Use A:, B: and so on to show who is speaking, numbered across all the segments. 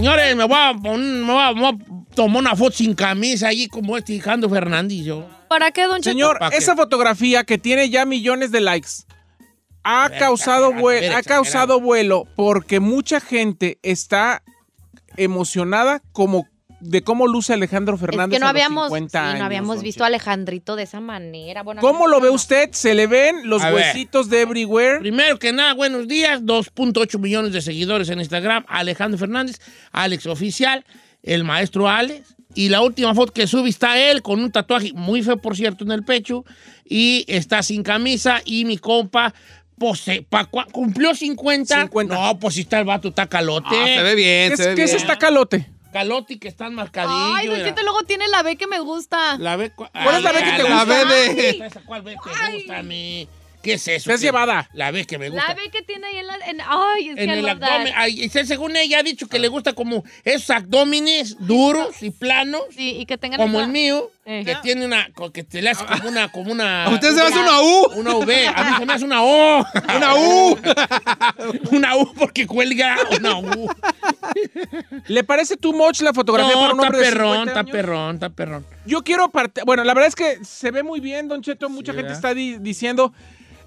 A: güey, me voy, a poner- me, voy a, me voy a tomar una foto sin camisa allí como este Alejandro Fernández yo.
B: ¿Para qué, don Cheto?
C: Señor,
A: ¿Para qué?
C: esa fotografía que tiene ya millones de likes ha
A: Ver,
C: causado,
A: exagerado,
C: vuel-
A: ver,
C: ha
A: exagerado.
C: causado vuelo porque mucha gente está emocionada como de cómo luce Alejandro
B: es
C: Fernández.
B: que no
C: a los
B: habíamos,
C: 50
B: sí,
C: años,
B: no habíamos
C: don
B: visto
C: Cheto.
B: a Alejandrito de esa manera. Bueno,
C: ¿Cómo
B: no,
C: lo ve
B: no.
C: usted? ¿Se le ven los
A: A ver.
C: huesitos de everywhere?
A: Primero que nada, buenos días. 2.8 millones de seguidores en Instagram. Alejandro Fernández, Alex Oficial, el maestro Alex. Y la última foto que subí está él con un tatuaje muy feo, por cierto, en el pecho. Y está sin camisa. Y mi compa pues, se- pa- cua- cumplió 50.
C: 50.
A: No, pues si está el vato, está calote.
D: Ah, se ve bien,
C: ¿Qué
D: se ve
C: es, qué es
D: bien.
C: esta calote?
A: Calote y que están marcadillos.
B: Ay, don
A: era.
B: Cheto, luego tiene la B que me gusta.
A: La B, ¿Cuál
C: es la B que te
D: gusta? La B de-
A: ¿Esa ¿Cuál B te gusta a mí? ¿Qué es eso?
C: ¿Qué es llevada?
A: La B que me gusta.
B: La B que tiene ahí en la... en- ay, es que
A: en
B: I
A: el
B: love that.
A: abdomen. Ah, Ay, y se- según ella ha dicho que le
C: Ah.
A: gusta como esos abdómenes duros y planos,
B: Sí, y que tengan...
A: como
B: esa-
A: el mío,
B: Eh.
A: que tiene una, co- que te le hace como una, como una.
D: ¿A usted se me hace una U?
A: Una V, a mí se me hace una O.
D: ¡Una U!
A: una U porque cuelga una U.
C: ¿Le parece too much la fotografía para un
A: No, está
C: hombre de 50
A: perrón, está
C: años?
A: perrón, está perrón.
C: Yo quiero parte. Bueno, la verdad es que se ve muy bien, Don Cheto.
B: ¿eh?
C: Mucha gente
A: ¿verdad?
C: está di- diciendo.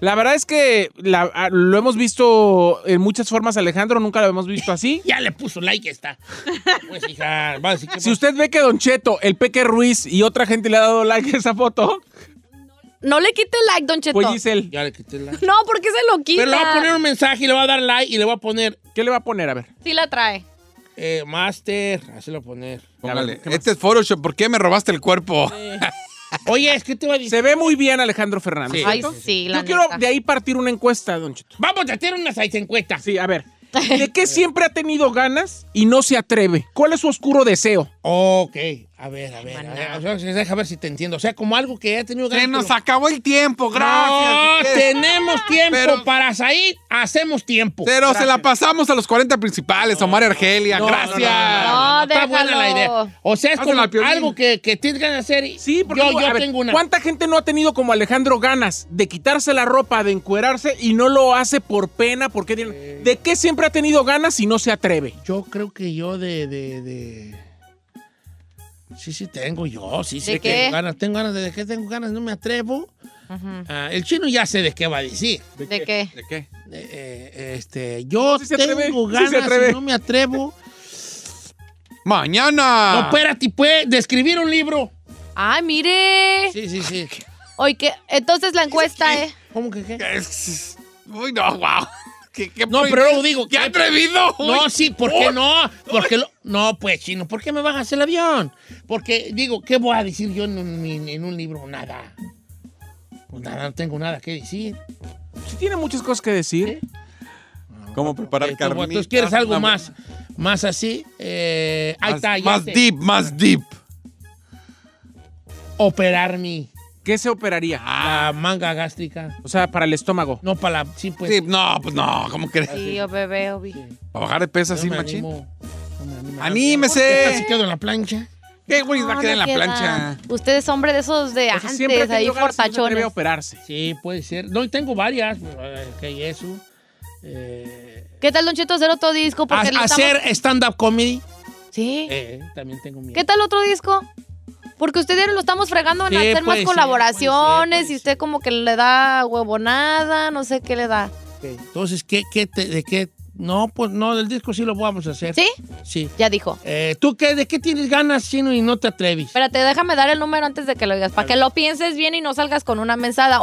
C: La verdad es que la- a- lo hemos visto en muchas formas, Alejandro. Nunca lo hemos visto así.
A: Ya le puso like, ya está. Pues hija, va a decir que.
C: Si usted ve que Don Cheto, el Peque Ruiz y otra gente le ha dado like a esa foto,
B: No le quite like, don Cheto.
C: pues Giselle,
A: Ya le quité el like.
B: No, porque se lo quita.
A: Pero le voy a poner un mensaje y le voy a dar like y le voy a poner
C: ¿qué le va a poner? A ver.
B: Sí la trae.
A: eh, Master. Así lo voy a poner.
D: Póngale,
C: ¿qué más?
D: este es Photoshop, ¿por qué me robaste el cuerpo?
A: Oye, es que te va a decir.
C: Se ve muy bien Alejandro Fernández.
A: Sí.
B: Ay,
C: ¿cierto?
B: sí, la
C: Yo quiero
B: neta.
C: de ahí partir una encuesta, Don Cheto.
A: Vamos a hacer unas encuestas.
C: Sí, a ver. ¿De qué siempre ha tenido ganas y no se atreve? ¿Cuál es su oscuro deseo?
A: Ok, a ver, a ver, a ver. O sea, deja ver si te entiendo. O sea, como algo que he tenido
D: Se
A: ganas,
D: nos
A: pero-
D: acabó el tiempo,
A: No,
D: gracias. ¿Qué?
A: tenemos tiempo
D: Pero-
A: para salir, hacemos tiempo.
D: Pero se la pasamos a los 40 principales, a Omar y Argelia,
C: No,
D: gracias.
A: Ah,
B: No,
A: está buena la
B: déjalo.
A: idea. O sea, es
D: Hazla
A: como
D: al Piolín.
A: algo que, que tienes ganas de hacer. y-
C: Sí, porque
A: yo, yo
C: a ver,
A: tengo una.
C: ¿Cuánta gente no ha tenido como Alejandro ganas de quitarse la ropa, de encuerarse y no lo hace por pena? Porque tiene- ¿De qué siempre ha tenido ganas y no se atreve?
A: Yo creo que yo de, de, de- Sí, sí, tengo yo. Sí, sí,
B: ¿De
A: tengo
B: qué?
A: ganas. Tengo ganas de, de qué tengo ganas, no me atrevo. Ah, el chino ya sé de qué va a decir.
B: ¿De, qué?
D: ¿De qué?
A: Eh, eh, este, yo
C: Sí se atreve,
A: tengo
C: sí se
A: ganas
C: atreve.
A: y no me atrevo. No,
C: Ah.
D: Mañana.
A: espérate, pues, de escribir un libro.
B: Ah, mire.
A: Sí, sí, sí.
C: Ah,
B: Oye, que entonces la encuesta, ¿eh?
A: ¿Cómo que qué?
D: Es- Uy, no, wow. ¿Qué, qué
A: No, pero luego digo,
D: ¡Qué
A: ¿qué?
D: atrevido!
A: No,
D: Uy.
A: sí, ¿por qué no? Porque lo- no, pues, chino, ¿por qué me bajas el avión? Porque digo, ¿qué voy a decir yo en un, en- en un libro? Nada. Pues nada, no tengo nada que decir.
C: Sí tiene muchas cosas que decir.
D: ¿Cómo preparar
A: Eh, Entonces,
D: carnitas?
A: Este, ¿Tú quieres algo
D: Una-
A: más? Más así. Eh, ahí
D: Más,
A: está, ya Pues,
D: más
A: sé.
D: deep, más deep.
A: Operar mi
C: ¿Qué se operaría?
D: Ah.
A: la manga gástrica.
C: O sea, para el estómago.
A: No, para la. Sí, pues.
D: Sí, no, pues no, ¿cómo crees?
B: Sí, o bebé, o vi.
D: ¿Para bajar de peso
A: no
D: así,
A: me
D: machín?
A: animo, no me animo.
D: ¡Anímese!
A: Casi quedo en la plancha.
D: ¿Qué, güey? Va a
B: No,
D: quedar en
B: no
D: la
B: queda.
D: plancha.
B: Usted es hombre de esos de
C: O sea, siempre ha
B: antes, ahí
C: tenido ganas y no se atreve
B: fortachones.
C: a operarse.
A: Sí, puede ser. No, y tengo varias. eh, Que eso. Eh,
B: ¿Qué tal, Don Cheto, hacer otro disco? Porque
A: ha-
B: le estamos-
A: hacer stand-up comedy.
B: Sí.
A: Eh, también tengo miedo.
B: ¿Qué tal otro disco? Porque usted diario lo estamos fregando en
A: Sí,
B: hacer más
A: puede ser, puede
B: colaboraciones
A: ser, puede
B: y usted como que le da huevonada, no sé qué le da.
A: Ok, eh. Entonces, ¿qué, qué te- ¿de qué? No, pues no, del disco sí lo vamos a hacer.
B: ¿Sí?
A: Sí.
B: Ya dijo.
A: Eh, ¿Tú qué? ¿De qué tienes ganas, Chino, y no te atreves?
B: Espérate, déjame dar el número antes de que lo digas, para que lo pienses bien y no salgas con una mensada.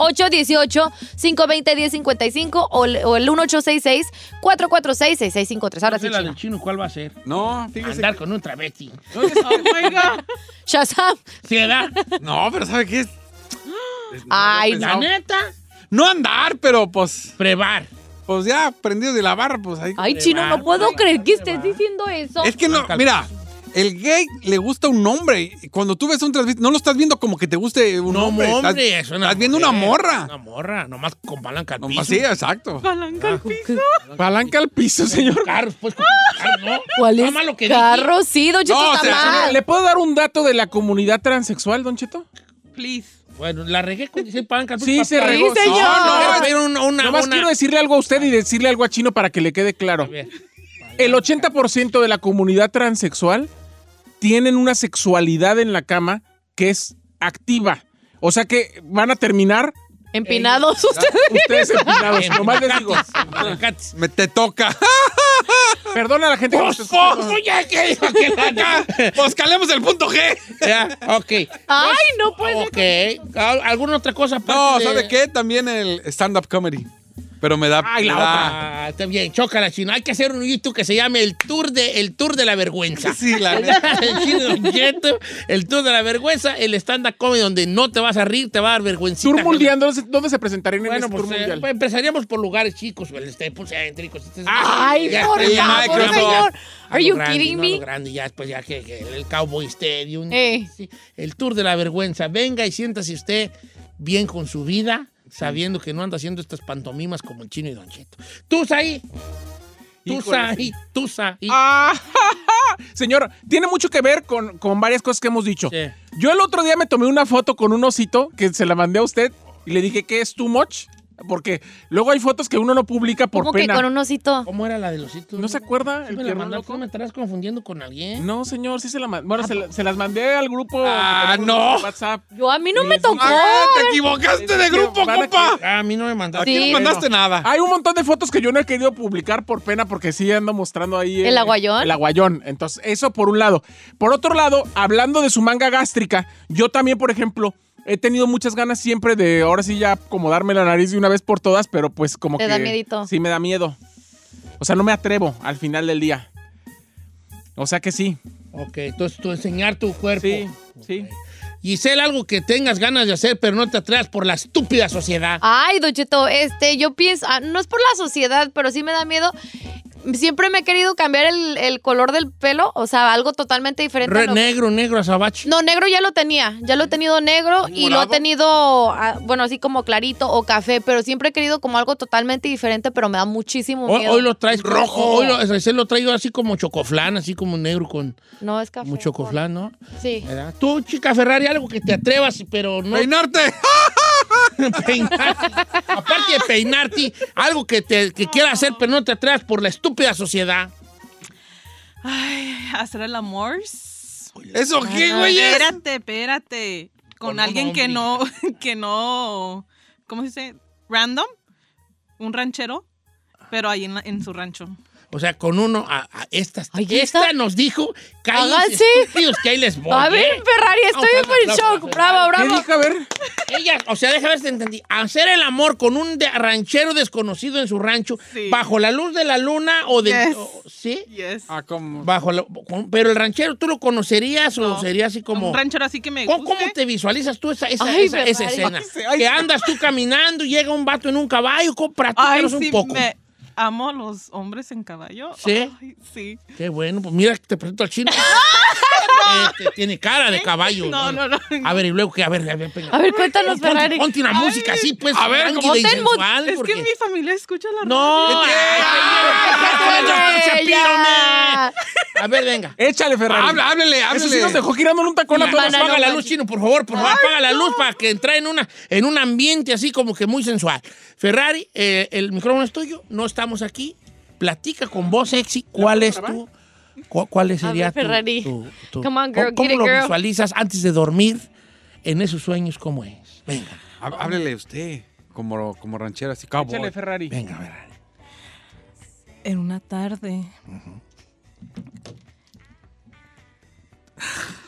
B: 818-520-1055 o, el- o el 1866-446-6653. Ahora
A: No sé
B: sí,
A: la
B: Chino.
A: del Chino, ¿cuál va a ser?
D: No, fíjese.
A: Andar con un travesti.
B: Shazam.
A: ¿Sí, edad?
D: No, pero ¿sabe qué?
B: Ay,
A: La
B: no.
A: neta,
D: No andar, pero pues,
A: prevar.
D: pues ya prendido de la barra, pues ahí.
B: Ay, Chino, no puedo
A: Te
B: creer
A: vas,
B: que
A: te
B: estés
A: vas.
B: diciendo eso.
D: Es que no,
A: Cálmate.
D: mira, el gay le gusta un hombre. y Cuando tú ves un transvesti, no lo estás viendo como que te guste un
A: No, hombre,
D: hombre. Estás-
A: es una
D: estás viendo una
A: mujer,
D: morra.
A: Una morra, nomás con palanca al
D: No, pues,
A: piso.
D: sí, exacto.
C: Palanca al piso, señor.
A: Ah. Carros, pues, con carros, ¿no?
B: ¿Cuál es?
A: Toma lo que dije.
B: Carro, sí, Don Cheto,
D: No, o
B: está
D: sea,
B: mal.
C: ¿Le puedo dar un dato de la comunidad transexual, Don Cheto?
A: Bueno, la regué con decir palanca al piso.
C: Sí, se
A: pues, papá.
C: regó.
B: señor.
C: No,
A: No,
C: no,
A: no, era una, una,
C: Nomás
A: una-
C: quiero decirle algo a usted y decirle algo a Chino para que le quede claro.
A: A ver.
C: el 80% de la comunidad transexual tienen una sexualidad en la cama que es activa. O sea que van a terminar
B: Empinados ustedes.
C: ustedes empinados.
A: En
C: Nomás les digo,
A: aguacates, aguacates.
D: Me te toca.
C: perdona a la gente que nos
A: Pues,
C: escucha.
A: pues, ya que dijo que la acá.
D: Pues calemos el punto G.
A: Ya, ok. Pues,
B: Ay, no puede ser.
A: Ok. ¿Al- ¿Alguna otra cosa?
D: No,
A: aparte de-
D: ¿sabe qué? También el stand-up comedy. Pero me da.
C: Ay, la
D: me da-
A: Ah, está bien, choca la china. Hay que hacer un YouTube que se llame el Tour de, el tour de la Vergüenza.
D: Sí, la neta.
A: el, Chino Don Cheto, el Tour de la Vergüenza, el stand-up comedy donde no te vas a rir, te va a dar vergüencita.
C: Tour mundial, ¿dónde se, dónde se presentarían en
A: Bueno,
C: ese
A: pues,
C: tour
A: eh,
C: mundial?
A: pues, empezaríamos por lugares chicos, el este, por céntricos. este-
B: Ay,
A: Ya,
B: por
A: el
B: favor,
A: Microsoft.
B: señor. Are
A: A lo
B: you
A: grande,
B: kidding
A: no, a lo
B: me?
A: grande, ya después ya que, que el Cowboy Stadium.
B: Eh.
A: sí, el Tour de la Vergüenza. Venga y siéntase usted bien con su vida, sabiendo que no anda haciendo estas pantomimas como el chino y Don Cheto. Tusa ahí. Tusa ahí. Tusa ahí.
C: Ah, Señor, tiene mucho que ver con, con varias cosas que hemos dicho.
A: pues, Sí.
C: Yo el otro día me tomé una foto con un osito que se la mandé a usted y le dije que es too much. Porque luego hay fotos que uno no publica por
B: ¿Cómo que
C: pena.
B: con un osito?
A: ¿Cómo era la de los hitos?
C: ¿No se acuerda?
A: Sí
C: el
A: me la
C: pierno
A: mandaste,
C: loco?
A: ¿no me estarás confundiendo con
B: ¿Eh?
A: alguien?
C: No, señor, sí se la mandé.
B: Ah,
C: Bueno, se, la- se las mandé al grupo.
A: Ah,
C: al grupo
A: no.
C: de WhatsApp.
B: Yo a mí no me tocó.
D: Ah, te equivocaste de grupo,
C: Van a
D: compa.
A: Ah, a mí no me mandaste.
D: Aquí
B: Sí. Ah,
D: no mandaste nada.
C: Hay un montón de fotos que yo no he querido publicar por pena porque sí ando mostrando ahí. eh,
B: ¿El aguayón?
C: El aguayón. Entonces, eso por un lado. Por otro lado, hablando de su manga gástrica, yo también, por ejemplo, he tenido muchas ganas siempre de ahora sí ya acomodarme la nariz de una vez por todas, pero pues como
B: Te
C: que.
B: da miedito.
C: Sí, me da miedo. O sea, no me atrevo al final del día. O sea que sí.
A: Ok, entonces tú enseñar tu cuerpo.
C: Sí, sí.
A: Giselle, algo que tengas ganas de hacer, pero no te atrevas por la estúpida sociedad.
B: Ay, Don Cheto, este, yo pienso, ah, no es por la sociedad, pero sí me da miedo. Siempre me he querido cambiar el, el color del pelo, o sea, algo totalmente diferente. a
A: Re-
B: lo-
A: negro, negro, azabache.
B: No, negro ya lo tenía, ya lo he tenido negro y lo he
A: ¿Morado?
B: tenido, ah, bueno, así como clarito o café, pero siempre he querido como algo totalmente diferente, pero me da muchísimo
A: Hoy,
B: miedo.
A: hoy lo traes
D: Rojo.
A: Hoy lo, Giselle lo traigo así como chocoflán, así como negro con
B: no es café.
A: mucho chocoflán, ¿no?
B: Sí.
A: ¿Verdad? Tú, chica Ferrari, algo que te atrevas, pero no
D: Reinarte. ¡Ah!
A: peinarte. Aparte de peinarte, algo que, te, que quieras hacer, pero no te atrevas por la estúpida sociedad.
E: Ay, hacer el amor.
D: ¿Eso
B: Ah,
D: qué,
E: Ay,
D: güey? es?
E: Espérate, espérate.
A: Con
E: Con,
A: un
E: alguien que no,
A: hombre.
E: que no, ¿cómo se dice? Random, un ranchero, pero ahí en, la- en su rancho.
A: O sea, con uno, a, a estas,
B: Ay,
A: esta,
B: ¿esta?
A: nos dijo, cállense
B: Háganse.
A: estúpidos que ahí les voy.
B: A
A: ¿eh?
B: ver, Ferrari, estoy
A: Vamos a darle
B: en
A: aplauso a
B: shock.
A: Ferrari.
B: Bravo,
C: ¿Qué
B: bravo.
C: dije? A ver.
A: Ella, o sea, déjame ver si te entendí. Hacer el amor con un de- ranchero desconocido en su rancho,
E: Sí.
A: bajo la luz de la luna o del...
E: Yes.
A: o- ¿Sí?
E: Yes.
D: Ah, ¿cómo?
A: Bajo la- con- pero el ranchero, ¿tú lo conocerías o
E: No.
A: Ah, sería así como...
E: Un ranchero así que me
A: ¿Cómo,
E: guste.
A: cómo te visualizas tú esa, esa,
B: Ay,
A: esa- esa
B: Ferrari.
A: escena?
D: Ay, se- ay,
A: que
D: se-
A: andas tú caminando y llega un vato en un caballo, compra tú
E: Ay,
A: menos un
E: sí,
A: poco.
E: me amo a los hombres en caballo.
A: ¿Sí?
E: Ay, sí.
A: Qué bueno, pues mira, te presento al chino. Este, tiene cara de caballo.
E: No, no, no.
A: A ver, y luego que, a ver, a ver, venga.
B: A ver, cuéntanos,
A: Ponte-
B: Ferrari.
A: Ponte una música así, pues.
D: a ver,
A: lánguida
B: ¿cómo?
A: y
B: Ponte en mood.
A: sensual,
E: Es
A: porque-
E: que mi familia escucha la
A: No,
E: radio.
A: ay, ay, ay,
B: Ay,
A: Shapiro,
B: ya.
A: me. A ver, venga.
C: Échale, Ferrari.
D: Habla, háblele, háblele.
C: Eso sí nos dejó girando en un tacón a todos.
B: Banana
A: Apaga la
B: man.
A: luz, chino, por favor, por favor, apaga la luz para que entre en, una, en un ambiente así como que muy sensual. Ferrari, eh, el micrófono es tuyo, no estamos aquí. Platica con voz sexy, ¿cuál es tu. cu- ¿Cuál sería tu-
B: Ferrari.
A: tu, tu-
B: Come on, girl,
A: ¿Cómo
B: get it,
A: lo
B: girl.
A: visualizas antes de dormir en esos sueños? ¿Cómo es? Venga,
D: Há- Háblele usted. Como, como ranchera, así,
C: Échale,
D: cowboy.
C: Ferrari.
A: venga, Ferrari.
E: En una tarde.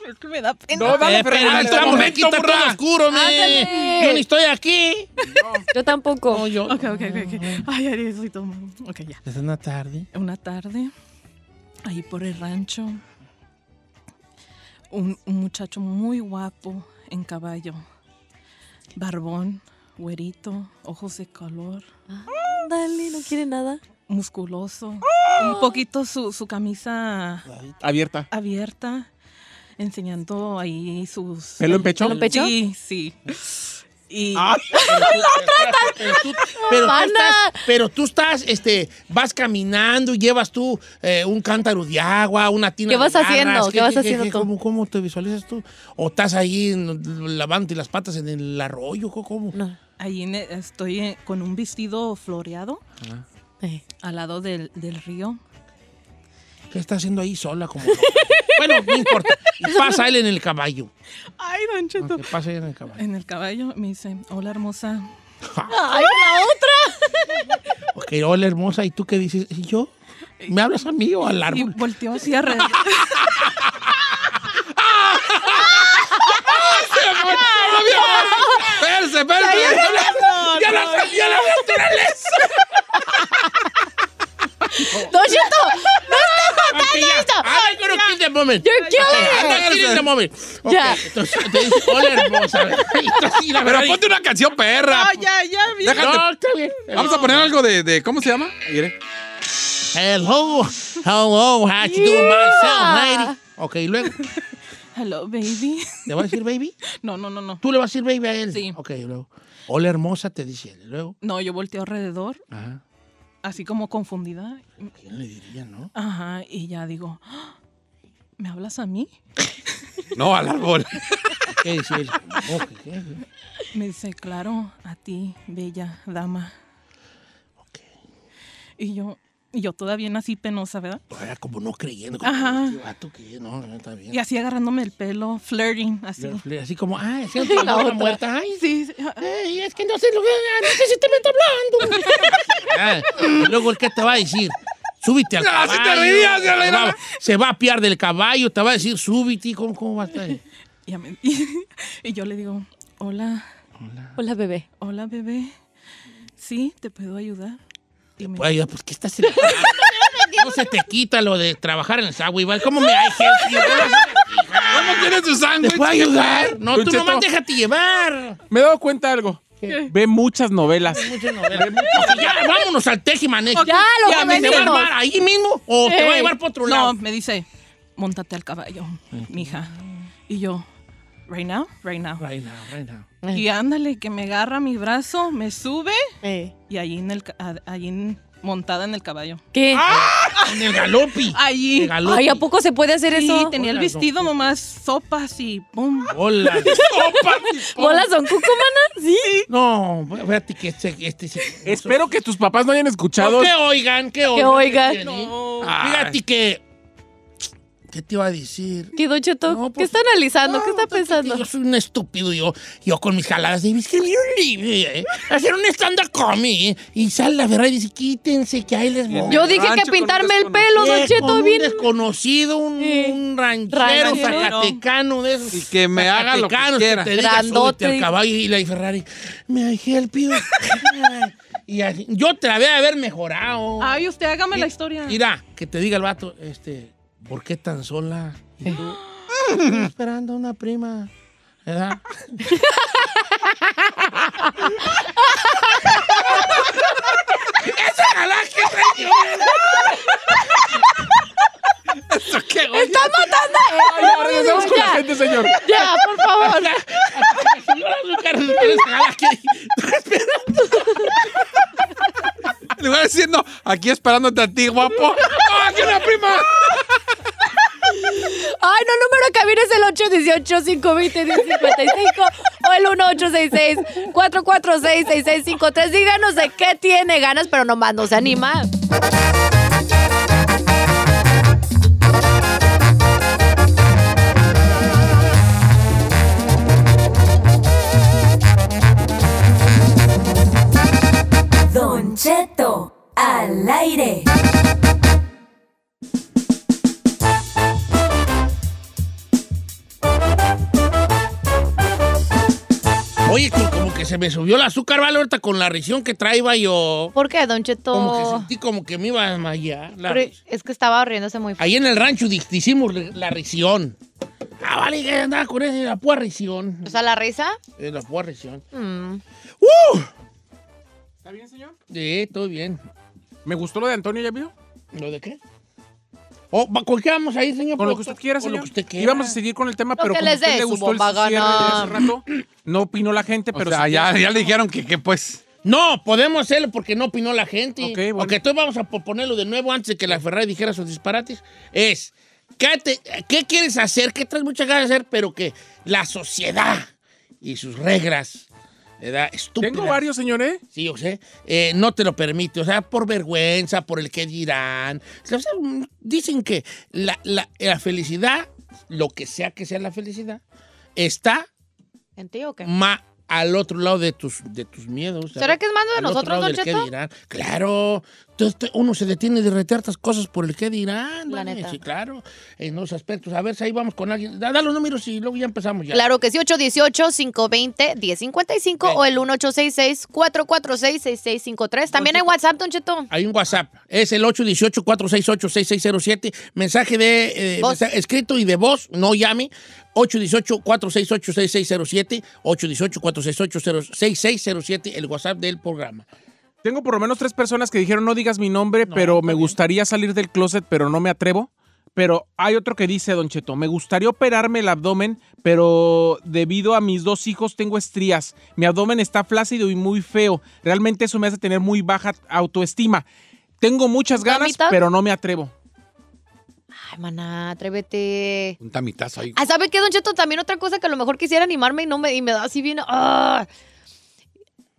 E: es que me da pena.
C: No, dale,
A: Eh,
C: Ferrari.
A: espérame,
C: dale, dale.
A: estamos aquí, está todo oscuro, me.
B: Ándale.
A: Yo ni estoy aquí.
B: Yo tampoco.
A: No, yo.
E: Ok, ok, ok. ok. Ay, Ari, soy todo mal. Ok, ya.
A: Es una tarde.
E: Una tarde, ahí por el rancho, un, un muchacho muy guapo en caballo. Barbón, güerito, ojos de color,
B: Dale, no quiere nada.
E: musculoso. Un poquito su, su camisa
C: Abierta.
E: abierta, enseñando ahí sus...
C: ¿Pelo en pecho?
B: ¿Pelo en pecho?
E: Sí, sí. Y
A: Pero tú, pero, tú
B: Pana.
A: estás, pero tú estás, este, vas caminando y llevas tú eh, un cántaro de agua, una tina
B: ¿Qué
A: de
B: vas
A: garras.
B: haciendo? ¿Qué vas haciendo tú?
A: ¿cómo, cómo te visualizas tú? ¿O estás ahí en- lavándote las patas en el arroyo? ¿Cómo- ¿Cómo?
B: No.
E: ahí en- estoy eh, con un vestido floreado
B: Eh.
E: al lado del, del río.
A: ¿Qué está haciendo ahí sola? Como loca? bueno, no importa. Y pasa él en el caballo.
E: Ay, Don Cheto.
A: Que pasa él en el caballo.
E: En el caballo me dice, hola hermosa.
B: ¡Ay, la otra!
A: Ok, hola hermosa, ¿y tú qué dices? ¿Y yo? ¿Me hablas a mí o al
E: Y
A: árbol?
E: volteó así alrededor.
D: ¡Espérese, espérese!
A: ¡Ya la salió la naturaleza!
B: ¡Don Cheto! ¡No está
A: Ok,
B: fatal
A: ya. Ah.
B: esto!
A: I'm gonna kill the moment.
B: You're killing
A: I'm
B: it.
A: gonna kill the moment. Ok,
B: Ya.
A: entonces te dice, hola hermosa. Entonces, sí, la
D: Pero
A: verdad,
D: ponte una canción perra.
E: Ah, ya, ya, bien.
D: Déjate.
A: No, está bien.
D: Vamos a poner algo de, de- ¿cómo se llama? Mire.
A: Hello, hello, how you doing myself, lady? Ok, luego,
E: Hello, baby.
A: ¿le vas a decir baby?
E: No, no, no, no.
A: ¿Tú le vas a decir baby a él?
E: Sí.
A: Ok, luego. Hola hermosa, te dice él. Luego,
E: No, yo volteé alrededor,
A: ajá.
E: así como confundida.
A: ¿Quién le diría, no?
E: Ajá, y ya digo, "Ah, ¿me hablas a mí?
D: No, al árbol.
A: ¿Qué dice él? Ok, ¿qué?
E: Me dice, claro, a ti, bella dama.
A: Ok.
E: Y yo, y yo todavía así penosa, ¿verdad?
A: Era como no creyendo.
E: Ajá.
A: Ajá. Vato que no, no está bien.
E: Y así agarrándome el pelo, flirting, así.
A: Así como, ah, es que la muerta. Ay,
E: Sí, sí, ah,
A: Ey, es que no sé lo que. No sé si te me está hablando. Ah, y luego, ¿qué te va a decir? Súbite al
D: Ah,
A: caballo.
D: sí te reías, ya
A: se,
D: le-
A: va, se va a piar del caballo, te va a decir, súbite. ¿Cómo, cómo va a estar?
E: ya me- y, yo le digo, hola,
B: Hola, bebé.
E: hola, bebé. Sí, ¿te puedo ayudar? Y me-
A: Ay, pues, ¿qué estás en la cara? No se te quita lo de trabajar en el Subway, ¿vale? ¿Cómo me hay gente?
D: ¿Cómo tiene su
A: ¿Te
D: sándwich?
A: puedo ayudar? No,
C: Don
A: tú
C: Cheto.
A: nomás déjate llevar.
C: Me he dado cuenta de algo. Ve muchas novelas.
A: Muchas novelas. Ok, ya, vámonos al tejimanejo.
B: Ya, lo
A: Ya,
B: que
A: ¿Te va a
B: venimos.
A: llevar ahí mismo o te va a llevar para otro
E: No,
A: lado?
E: me dice, montate al caballo, mija. Y yo, right now, right now.
A: Right now, right now.
E: Y ándale, que me agarra mi brazo, me sube
B: Eh,
E: y allí, en el, ca- a- allí en- montada en el caballo.
B: ¿Qué?
A: En el galopi.
E: Allí.
A: El galopi.
B: Ay, ¿a poco se puede hacer
E: Sí,
B: eso?
E: tenía el
A: Hola,
E: vestido nomás, sopas y pum.
A: Hola.
B: ¿Bolas son cucumanas? Sí.
A: No, fíjate que este, este sí.
C: Espero que tus papás no hayan
A: No,
C: escuchado.
A: que oigan, que oigan.
B: oigan.
A: Jenny.
E: No.
A: Ay. Fíjate que. ¿Qué te iba a decir?
B: ¿Qué, Don Cheto?
A: No, pues-
B: ¿Qué está analizando? ¿Qué está
A: No, pues,
B: pensando?
A: Yo soy un estúpido, yo, yo con mis jaladas de escribir un libro, eh, hacer un stand-up comedy. ¿eh? Y sale la verdad y dice, quítense, que ahí les voy.
B: Yo dije
D: rancho
B: que
D: con
B: pintarme el
D: un
B: pelo, Don
A: Eh, con
B: Cheto,
A: un
B: bien.
A: desconocido, un,
B: Eh,
A: un ranchero,
B: ranchero.
A: zacatecano de esos.
D: Y que me haga lo que
A: zacatecanos
D: quiera.
A: te diga,
B: Grandote.
A: súbete al caballo y la Ferrari, me help you. y así, yo te la voy a haber mejorado.
E: Ay, usted hágame la historia.
A: Mira, que te diga el vato, este, ¿por qué tan sola? Y tú, "Estoy esperando a una prima. ¿Verdad? ¡Esa galán que trae!
B: ¡Estás matando!
C: Ay, ya regresamos con la gente, señor.
B: Ya, por favor.
A: Señora, su cara, su cara, esa galán que-
D: En lugar de decir, no, aquí esperándote a ti, guapo. ¡Ah, que una prima!
B: Ay, no, número de cabina es el 818-520-1055 o el 1866-446-6653. Díganos de qué tiene ganas, pero nomás no se anima.
F: Don Cheto, al aire.
A: Oye, co- como que se me subió el azúcar, ¿vale? Ahorita con la risión que traía yo.
B: ¿Por qué, Don Cheto?
A: Como que sentí como que me iba a desmayar. la
B: Pero
A: risa.
B: es que estaba riéndose muy fuerte.
A: Ahí en el rancho di- hicimos re- la risión. Ah, vale, que andaba con esa la púa risión.
B: O sea, la risa.
A: Eh, La púa risión.
B: mm.
A: ¡Uh!
C: ¿Está bien, señor?
A: Sí, todo bien.
C: Me gustó lo de Antonio, ¿ya vio?
A: ¿Lo de qué? Oh, ¿va- ¿Con qué vamos ahí, señor?
C: Con lo que
A: productor?
C: usted quiera,
A: Con
C: señor.
A: lo que usted quiera.
C: Íbamos a seguir con el tema,
B: Lo
C: pero
B: que
C: como a
B: les
C: usted
B: dé
C: le
B: su
C: gustó el
B: bomba
C: cierre de hace
B: gana.
C: rato, no opinó la gente,
D: O
C: pero
D: sea,
C: sí-
D: ya, ya le dijeron que, que pues.
A: No, podemos hacerlo porque no opinó la gente.
C: Ok,
A: Ok,
C: bueno.
A: entonces vamos a proponerlo de nuevo antes de que la Ferrari dijera sus disparates. Es, ¿qué, te- qué quieres hacer? ¿Qué traes muchas ganas de hacer? Pero que la sociedad y sus reglas ¿verdad? Estúpida.
C: Tengo varios, señor, ¿eh?
A: Sí, yo sé. Eh, no te lo permite, o sea, por vergüenza, por el que dirán. O sea, mm, dicen que la, la- la felicidad, lo que sea que sea la felicidad, está
B: ¿En ti o qué?
A: más al otro lado de tus, de tus miedos.
B: ¿Será que es mando de
A: Al otro
B: nosotros,
A: lado
B: Don
A: del qué
B: Cheto?
A: dirán. Claro. Entonces, te- uno se detiene de retear estas cosas por el que dirán.
B: La
A: Vane.
B: neta.
A: Sí, claro. En los aspectos. A ver si ahí vamos con alguien. Da, da los números y luego ya empezamos ya.
B: Claro que sí, 818-520-1055 o el 1866-446-6653. También hay WhatsApp, Don Cheto.
A: Hay un WhatsApp. Es el 818-468-6607. Mensaje de eh,
B: Voz.
A: mensaje escrito y de voz, no llame. 818-468-6607. 818-468-6607. El WhatsApp del programa.
C: Tengo por lo menos tres personas que dijeron no digas mi nombre,
A: No,
C: pero
A: está
C: me
A: bien.
C: gustaría salir del closet, pero no me atrevo. Pero hay otro que dice, Don Cheto, me gustaría operarme el abdomen, pero debido a mis dos hijos tengo estrías. Mi abdomen está flácido y muy feo. Realmente eso me hace tener muy baja autoestima. Tengo muchas ganas,
B: ¿Mamita?
C: pero no me atrevo.
B: Ay, maná, atrévete.
D: Un tamitazo ahí.
B: Ah, ¿sabe qué, Don Cheto? También otra cosa que a lo mejor quisiera animarme y no me, y me da así bien. ah.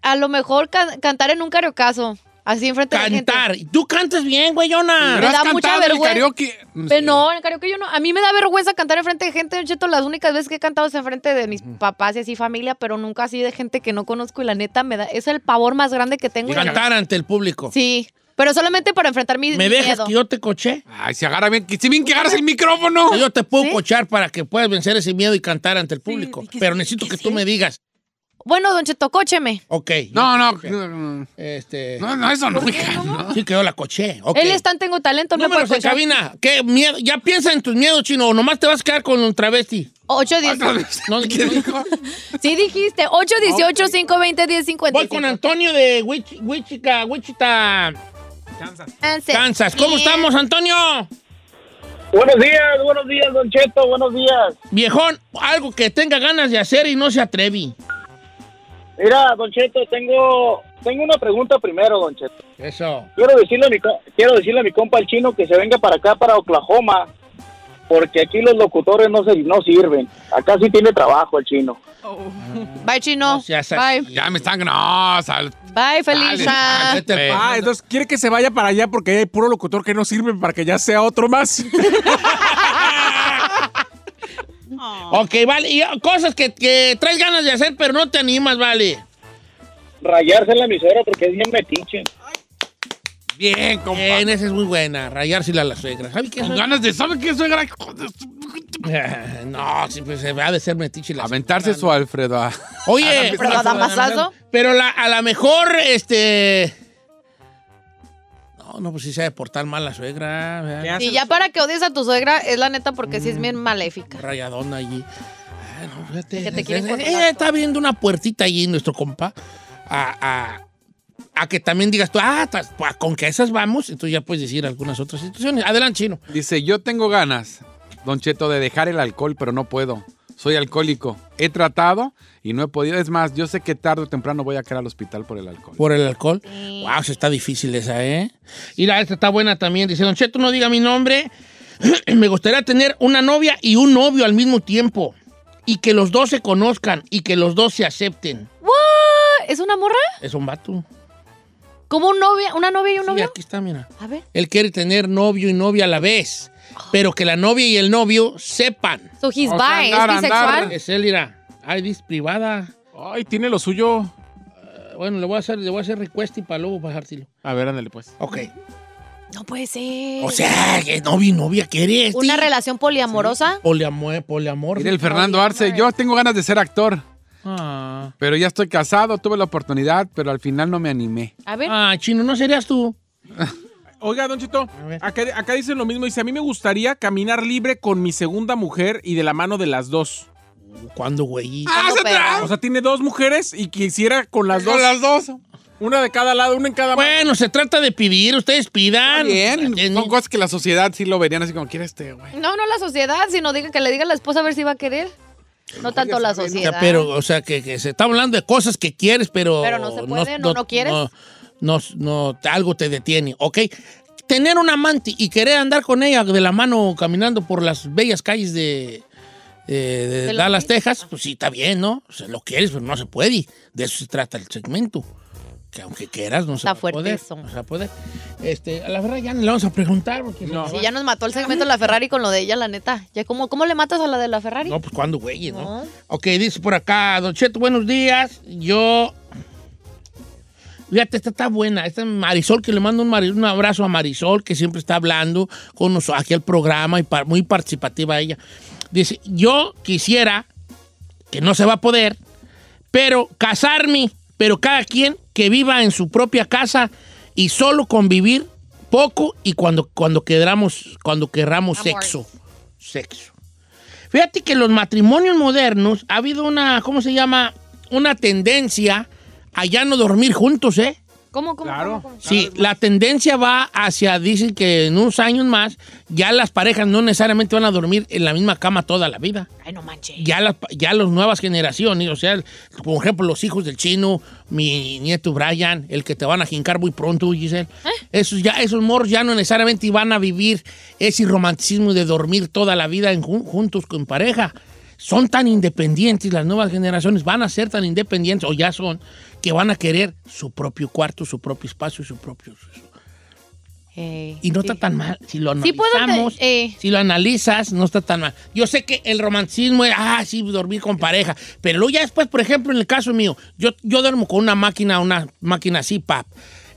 B: A lo mejor can- cantar en un cariocazo. Así enfrente de la gente.
A: Cantar. Y tú cantas bien, güeyona.
D: Pero has
B: Ah, da mucha
D: cantado en el
B: vergüenza.
D: karaoke. Mm.
B: Pero no, en el karaoke yo no. A mí me da vergüenza cantar enfrente de gente, Don Cheto. Las únicas veces que he cantado es enfrente de mis papás y así familia, pero nunca así de gente que no conozco. Y la neta, me da. Es el pavor más grande que tengo.
A: Cantar ante el público.
B: Sí, pero solamente para enfrentar mi
A: Oh. ¿Me
B: mi
A: dejas
B: miedo.
A: que yo te coche?
D: Ay, se agarra bien. que- Si bien que agarras el micrófono.
A: Que Yo te puedo
B: ¿Sí?
A: cochar para que puedas vencer ese miedo y cantar ante el público.
E: di que
A: Pero
E: sí,
A: necesito
E: di
A: que
E: que
A: tú
E: sí.
A: me digas.
B: Bueno, Don Cheto, cócheme.
A: Ok.
D: No, no.
A: Este.
D: No, no, eso no, hija. no.
A: Sí, que yo la coché. ok.
B: Él es tan tengo talento, no me puede
A: Números en
B: cochar.
A: cabina. ¿Qué miedo? ¿Ya piensa en tus miedos, chino? ¿O nomás te vas a quedar con un travesti?
D: Otra
B: 818.
D: vez.
A: No,
D: ¿Qué
A: no.
D: dijo?
B: Sí dijiste, 818 520
A: Voy con
B: 1055.
A: Antonio de Wich- Wichita, Wichita,
B: Answer.
A: Kansas. ¿Cómo
B: Bien.
A: estamos, Antonio?
G: Buenos días, buenos días, Don Cheto, buenos días.
A: Viejón, algo que tenga ganas de hacer y no se atrevi.
G: Mira, Don Cheto, tengo, tengo una pregunta primero, Don Cheto.
A: Eso.
G: Quiero decirle, a mi, co- quiero decirle a mi compa el chino que se venga para acá, para Oklahoma, porque aquí los locutores no, se, no sirven. Acá sí tiene trabajo el chino.
B: Bye, chino.
A: No seas
B: Bye.
A: así.
D: Ya me están. No, o sea,
B: Bye,
A: Ah,
B: Felisa.
A: ¿qué te
D: Eh.
A: pasa?
C: Ah, entonces quiere que se vaya para allá porque ahí hay puro locutor que no sirve para que ya sea otro más.
A: Ok, vale. Y ah, cosas que, que traes ganas de hacer, pero no te animas, vale.
G: Rayarse en la misera porque es bien metiche.
D: bien, compa.
A: Bien, Eh, esa es muy buena. Rayársela a la suegra. ¿Sabes qué?
D: Con ganas de. ¿Sabe qué, suegra?
A: Eh, No, sí, pues, se va a de ser metiche la
D: Aventarse
A: suegra,
D: su Alfredo. ah.
A: Oye,
B: Pero da masazo.
A: Pero la- a lo mejor, este. No, no, pues sí se ha de portar mal la suegra. ¿verdad?
B: Y ya para que odies a tu suegra, es la neta porque sí es
A: Mm.
B: bien maléfica.
A: Rayadona allí. Ay, no, fíjate.
B: Que te quieren
A: Ella
B: controlar
A: está viendo una puertita allí, nuestro compa. A, a- a que también digas tú, ah, tas- pa- con que a esas vamos. Entonces ya puedes decir algunas otras situaciones. Adelante, chino.
D: Dice, yo tengo ganas, Don Cheto, de dejar el alcohol, pero no puedo. Soy alcohólico. He tratado y no he podido. Es más, yo sé que tarde o temprano voy a caer al hospital por el alcohol.
A: Por el alcohol. Wow, se está difícil esa, ¿eh? Y la esta está buena también. Dice, Don Cheto, no diga mi nombre. Me gustaría tener una novia y un novio al mismo tiempo. Y que los dos se conozcan y que los dos se acepten.
B: ¿What? ¿Es una morra?
A: Es un vato.
B: ¿Como un novia, una novia y un
A: Sí,
B: novio?
A: aquí está, mira.
B: A ver.
A: Él quiere tener novio y novia a la vez. Pero que la novia y el novio sepan.
B: So he's
D: O sea,
B: bi,
D: andar,
B: es bisexual.
D: andar.
A: Es él, mira. Ay, dis privada.
C: Ay, tiene lo suyo.
A: Eh, Bueno, le voy a hacer, le voy a hacer request y para luego bajártelo.
C: A ver, ándale pues.
A: Ok.
B: No puede ser.
A: O sea, que novio y novia quieres.
B: una relación poliamorosa.
A: Poliamor, poliamor.
D: Mira el Fernando Arce, yo tengo ganas de ser actor,
A: Ah.
D: pero ya estoy casado, tuve la oportunidad, pero al final no me animé.
B: A ver.
A: Ah, chino, ¿no serías tú?
C: Oiga, Don Chito,
A: ver.
C: acá, acá dicen lo mismo. Dice, a mí me gustaría caminar libre con mi segunda mujer y de la mano de las dos.
A: ¿Cuándo, güey?
B: Ah, se
C: O sea, tiene dos mujeres y quisiera con las dos.
D: Con las dos.
C: Una de cada lado, una en cada mano.
A: Bueno, se trata de pedir, ustedes pidan. Eh,
D: Bien,
A: Tienen-
D: son cosas que la sociedad sí lo verían así como quiere este, güey.
B: No, no la sociedad, sino diga que le diga a la esposa a ver si va a querer. No tanto la
A: O sea,
B: sociedad.
A: pero, o sea, que, que se está hablando de cosas que quieres, pero.
B: Pero no se puede, no, no quieres.
A: No, no, no, te- algo te detiene, ¿ok? Tener un amante y querer andar con ella de la mano caminando por las bellas calles de, eh, de
B: ¿De lo
A: Dallas,
B: que
A: Texas, pues sí, está bien, ¿no? O sea, lo quieres, pero no se puede. De eso se trata el segmento. Que aunque quieras, no se
B: Está
A: va a poder.
B: fuerte eso.
A: No se va a poder. Este, a la verdad ya no le vamos a preguntar. Porque
C: No.
A: se
B: Sí,
A: va.
B: ya nos mató el segmento de la Ferrari con lo de ella, la neta. Ya, ¿cómo, cómo le matas a la de la Ferrari?
A: No, pues cuando güey, ¿no?
B: No.
A: Ok, dice por acá, Don Cheto, buenos días. Yo. Fíjate, esta está buena. Esta es Marisol, que le mando un, mari- un abrazo a Marisol, que siempre está hablando con nosotros aquí al programa y par- muy participativa ella. Dice: Yo quisiera, que no se va a poder, pero casarme, pero cada quien que viva en su propia casa y solo convivir poco y cuando, cuando, queramos, cuando querramos
B: Amor.
A: sexo. Sexo. Fíjate que los matrimonios modernos ha habido una, ¿cómo se llama? Una tendencia a ya no dormir juntos, ¿eh?
B: ¿Cómo, cómo,
C: Claro.
B: cómo, cómo?
A: Sí, la tendencia va hacia, dicen que en unos años más, ya las parejas no necesariamente van a dormir en la misma cama toda la vida
B: Ay, no manches.
A: ya las ya los nuevas generaciones, o sea, por ejemplo, los hijos del chino, mi nieto Brian, el que te van a jincar muy pronto, Giselle. Esos, ya, esos morros ya no necesariamente van a vivir ese romanticismo de dormir toda la vida en jun- juntos con pareja. Son tan independientes las nuevas generaciones, van a ser tan independientes, o ya son, que van a querer su propio cuarto, su propio espacio, su propio...
B: Ey,
A: Y no
B: sí.
A: está tan mal. Si lo
B: Sí puedo te-
A: analizamos,
B: eh.
A: si lo analizas, no está tan mal. Yo sé que el romanticismo es, ah, sí, dormir con pareja. Pero luego ya después, por ejemplo, en el caso mío, yo, yo duermo con una máquina, una máquina así, pap.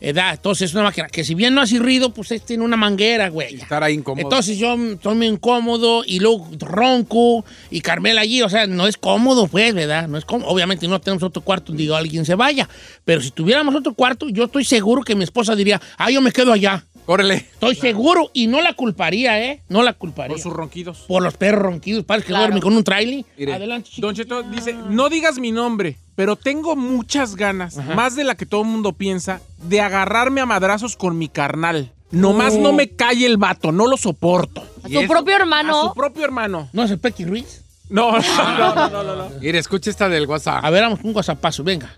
A: Edad, entonces es una máquina que si bien no hace ruido, pues es- tiene una manguera, güey.
D: Estar ahí incómodo.
A: Entonces yo mm, estoy muy incómodo y luego ronco y Carmela allí, o sea, no es cómodo, pues, ¿verdad? No es cómodo. Obviamente no tenemos otro cuarto donde alguien se vaya, pero si tuviéramos otro cuarto, yo estoy seguro que mi esposa diría, ah, yo me quedo allá.
D: Córrele.
A: Estoy seguro y no la culparía, ¿eh? No la culparía.
C: Por
A: Por,
C: sus ronquidos.
A: los perros ronquidos, parece que
B: Claro.
A: duermen con un trailer.
D: Mire,
A: Adelante, chico.
C: Don Cheto dice, no digas mi nombre, pero tengo muchas ganas, más de la que todo el mundo piensa, de agarrarme a madrazos con mi carnal. Nomás no me calle el vato, no lo soporto.
B: A
C: Y
B: su propio
H: Ah,
B: hermano.
C: A su propio hermano.
A: ¿No es el Pequi Ruiz?
C: No,
A: Ah,
C: no, no, no, no, no.
D: Mire, escucha esta del WhatsApp.
A: A ver, vamos con un guasapazo, venga.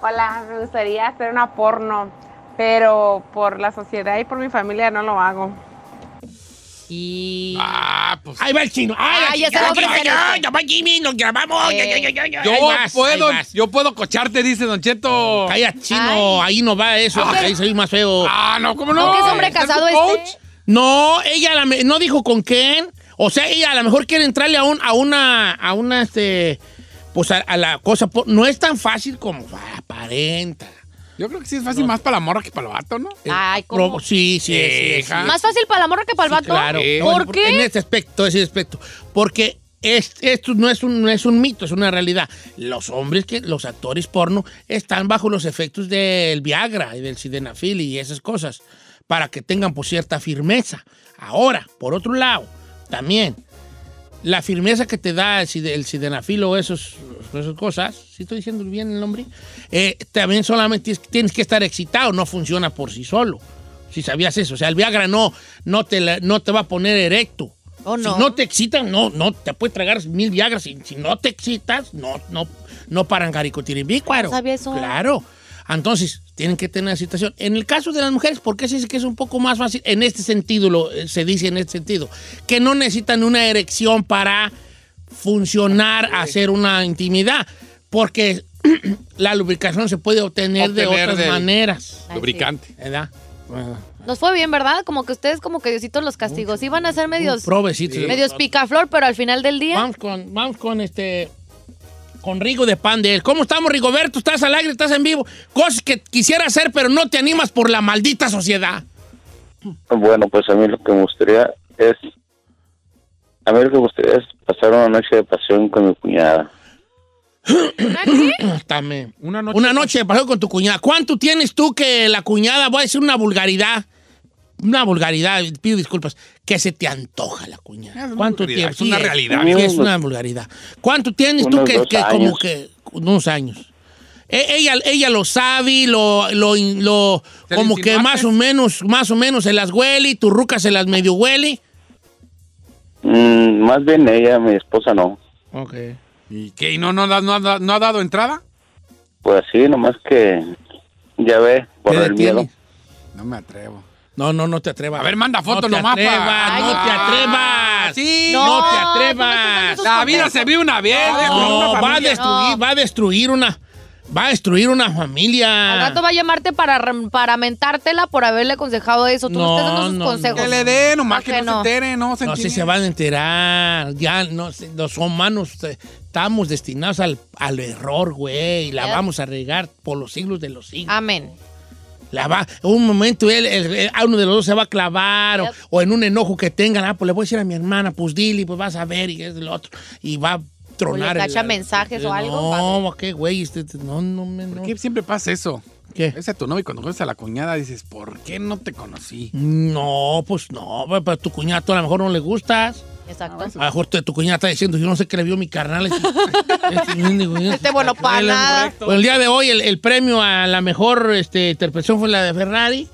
I: Hola, me gustaría hacer una porno, pero por la sociedad y por mi familia no lo hago.
B: Y...
D: Ah, pues.
A: Ahí va el chino. ¡Ay,
B: Ah,
A: la
B: ya
A: chica!
B: se lo este.
A: ¡Ay,
B: ofrecen.
A: ay, ay, ya va Jimmy! ¡Nos grabamos!
B: Eh.
A: Ya, ya, ya, ya, ya.
D: Yo
A: Ahí vas,
D: puedo,
A: ahí vas.
D: yo puedo cocharte, dice Don Cheto.
A: Calla, chino, ahí no va eso, porque ahí soy más feo.
D: Ah, no, ¿cómo no?
B: ¿Con qué es hombre
D: ¿Está tu
B: casado
D: coach?
B: este?
A: No, ella la me- no dijo con quién. O sea, ella a lo mejor quiere entrarle a, un, a una, a una, este, pues a, a la cosa. po- No es tan fácil como ah, aparenta.
D: Yo creo que sí es fácil más para la morra que para el vato, ¿no?
B: Ay,
A: Pro-
B: ¿cómo?
A: Eh, Sí, sí, sí, sí,
D: Hija.
B: Más fácil para la morra que para el
A: Sí,
B: vato.
A: Claro.
D: Eh.
A: No,
B: ¿Por
A: En
B: qué?
A: este aspecto, ese aspecto. Porque es- esto no es, un, no es un mito, es una realidad. Los hombres, que los actores porno, están bajo los efectos del Viagra y del Sidenafil y esas cosas, para que tengan por cierta firmeza. Ahora, por otro lado, también, la firmeza que te da el, side- el sidenafil o esos, esas cosas, si estoy diciendo bien el nombre, Eh, también solamente tienes, tienes que estar excitado, no funciona por sí solo. Si sabías eso, o sea, el Viagra no, no, te, la- no te va a poner erecto.
B: Oh, no.
A: Si no te excitas, no, no, te puedes tragar mil Viagras. Si, si no te excitas, no, no, no parangaricotirimbícuaro.
B: No sabía eso.
A: Claro. Entonces, tienen que tener excitación. En el caso de las mujeres, ¿por qué se dice que es un poco más fácil? En este sentido, lo, eh, se dice en este sentido, que no necesitan una erección para funcionar, hacer una intimidad, porque la lubricación se puede obtener, de
D: Obtener
A: otras
D: del-
A: maneras.
B: Ay, sí.
D: Lubricante.
A: ¿Verdad?
B: Nos fue bien, ¿verdad? Como que ustedes, como que Diosito los castigó. Sí, van a ser medios,
A: Provecitos. de
B: medios
A: nosotros.
B: picaflor, pero al final del día.
A: Vamos con, vamos con este. Con Rigo de Pandel. ¿Cómo estamos, Rigoberto? ¿Estás al aire? ¿Estás en vivo? Cosas que quisiera hacer, pero no te animas por la maldita sociedad.
G: Bueno, pues a mí lo que me gustaría es... A mí lo que me gustaría es pasar una noche de pasión con mi cuñada.
A: También.
C: Una noche.
A: Una noche de paseo con tu cuñada. ¿Cuánto tienes tú que la cuñada, voy a decir una vulgaridad, una vulgaridad, pido disculpas, que se te antoja la cuñada?
D: Es una
A: ¿Cuánto
D: vulgaridad,
A: tiempo?
D: es una realidad.
A: sí, es una vulgaridad. ¿Cuánto tienes tú
G: Unos
A: que,
G: dos
A: que como
G: años.
A: que unos años? E- Ella, ella lo sabe, lo, lo, lo-
D: ¿Te
A: como
D: le
A: que más
D: insinuaste?
A: o menos, más o menos se las huele y tu ruca se las medio huele.
G: Mm, más bien ella, mi esposa no.
A: Ok.
D: ¿Y qué? ¿Y no, no, da- no, ha da- no ha dado entrada?
G: Pues sí, nomás que ya ve, por
A: ¿Qué edad
G: el miedo.
A: tienes?
D: No me atrevo.
A: No, no, no te atrevas.
D: A ver, manda foto
A: no te
D: nomás pa-
A: atrevas, no te
D: Ay,
A: atrevas. atrevas.
D: Sí.
A: No,
B: No,
A: te
B: no, no,
A: atrevas.
B: no,
D: La vida se vive una vez. viejo,
A: No,
D: una
A: va a
D: familia.
A: destruir,
B: No.
A: va a destruir una, va a destruir una familia.
B: Al rato va a llamarte para, rem- para mentártela por haberle aconsejado eso. Tú
A: No,
B: no, estás dando sus
A: no,
B: consejos.
D: Que le den, nomás
B: Ah,
D: que
B: que
D: no,
B: no.
D: se enteren, no se
A: No sé si
D: enchilen.
A: se van a enterar. Ya no sé, los humanos eh, estamos destinados al, al error, güey. Y la
D: Eh.
B: Ya.
A: vamos a regar por los siglos de los siglos.
B: Amén.
A: La va, un momento él, el- el- a uno de los dos se va a clavar o-
B: Yep.
A: o, en un enojo que tengan, ah, pues le voy a decir a mi hermana, pues dile, pues vas a ver y es el otro y va a tronar.
B: le
A: el- Eh,
B: cacha mensajes o
A: no,
B: algo,
A: No, qué güey, este, este, no, no me no.
D: ¿Por qué siempre pasa eso?
A: ¿Qué?
D: Es a tu novio y cuando conoces a la cuñada dices, ¿por qué no te conocí?
A: No, pues no, pero para tu cuñado a lo mejor no le gustas.
B: Exacto.
A: A lo mejor tu, tu cuñada está diciendo, yo no sé qué le vio mi carnal. Este, este mendigo, yo no sé
B: Este bueno
A: qué
B: para
A: le-
B: nada.
A: Pues el día de hoy el, el premio a la mejor este, interpretación fue la de Ferrari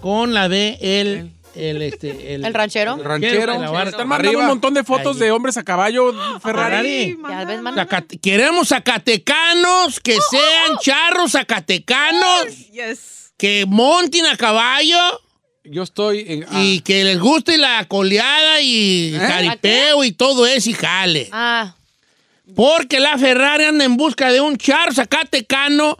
A: con la de el, el, este,
B: El ranchero.
D: El
A: de
D: ranchero.
A: la barca.
C: Están mandando un montón de fotos
A: Ahí.
C: de hombres a caballo Ferrari.
A: Ferrari.
B: Ya ves, mano.
A: Zacate- queremos zacatecanos
B: Oh,
A: que sean charros zacatecanos,
E: Yes.
A: que monten a caballo
D: Yo estoy en... ah,
A: y que les guste la coleada
C: ¿Eh?
A: y jaripeo y todo eso y jale.
B: Ah,
A: Porque la Ferrari anda en busca de un charro zacatecano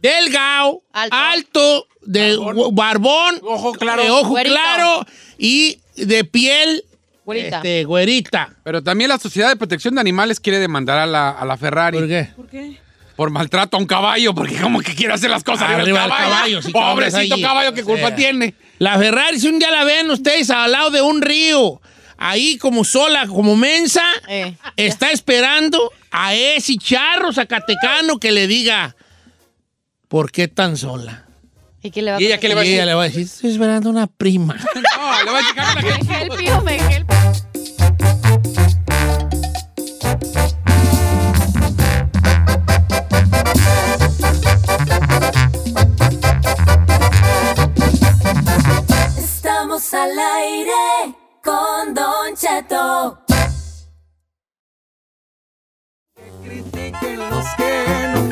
A: delgado, alto,
B: Alto.
A: de gu- barbón,
C: Ojo claro.
A: de ojo
B: Güerito.
A: claro y de piel
B: Güerita.
A: este, güerita.
D: Pero también la Sociedad de Protección de Animales quiere demandar a la, a la Ferrari
A: ¿Por
D: ¿Por,
A: qué?
E: ¿Por qué?
D: maltrato a un caballo, porque como que quiere hacer las cosas arriba del
A: Arriba del
D: caballo.
A: caballo, sí, cabrones,
D: Pobrecito
A: allí.
D: caballo, ¿qué
A: O
D: culpa
A: sea.
D: tiene?
A: Eh, La Ferrari, si un día la ven ustedes al lado de un río, ahí como sola, como mensa,
B: Eh.
A: está esperando a ese charro zacatecano que le diga, ¿por qué tan sola?
B: ¿y qué le va a
D: ¿Y ella qué le va a
A: y
D: decir?
A: ella le va a decir, estoy esperando una prima.
D: No, le va a llegar a la gente.
B: Me help you, me help.
F: Estamos al aire con Don Cheto.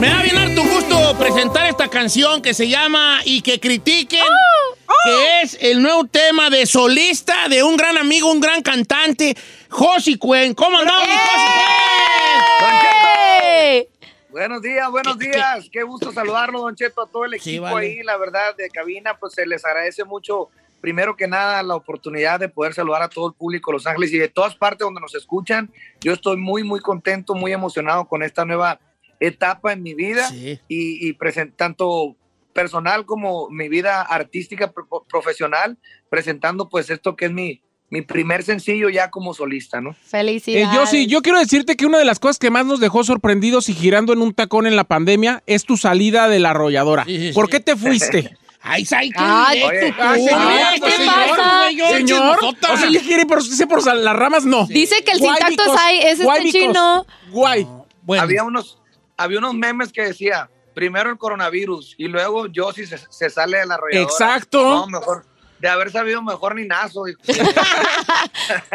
A: Me da bien harto gusto presentar esta canción que se llama Y que critiquen, Oh, que es el nuevo tema de solista de un gran amigo, un gran cantante, Josi Cuen. ¿Cómo andamos, mi Josi Cuen?
B: ¡Ey!
J: Buenos días, buenos
A: ¿Qué-
J: días. Qué gusto saludarlo, Don Cheto, a todo el
A: Sí,
J: equipo
A: vale.
J: ahí, la verdad, de cabina, pues se les agradece mucho, primero que nada, la oportunidad de poder saludar a todo el público de Los Ángeles y de todas partes donde nos escuchan. Yo estoy muy, muy contento, muy emocionado con esta nueva etapa en mi vida
A: Sí.
J: y, y present- tanto personal como mi vida artística pro- profesional, presentando pues esto que es mi, mi primer sencillo ya como solista, ¿no?
B: Felicidades.
C: Eh, yo sí, yo quiero decirte que una de las cosas que más nos dejó sorprendidos y girando en un tacón en la pandemia es tu salida de la arrolladora.
A: Sí, sí,
C: ¿Por
A: sí.
C: qué te fuiste?
A: Ay, ay, qué
B: Ay,
A: directo
J: oye,
A: tú.
J: ay,
C: señor,
A: Ay,
C: pues,
A: ¿qué
C: señor,
A: pasa?
C: Señor,
A: chismosota.
C: o sea, ¿qué quiere por, irse por sal- las ramas? No.
B: Dice que el
C: Why
B: sintacto
C: because-
B: es
C: why
B: este
C: because-
B: chino.
C: Guay.
A: Bueno,
J: Había unos, había unos memes que decía, primero el coronavirus y luego yo si se, se sale de la arrolladora.
C: Exacto.
J: No, mejor. De haber sabido mejor ni nazo. hijo.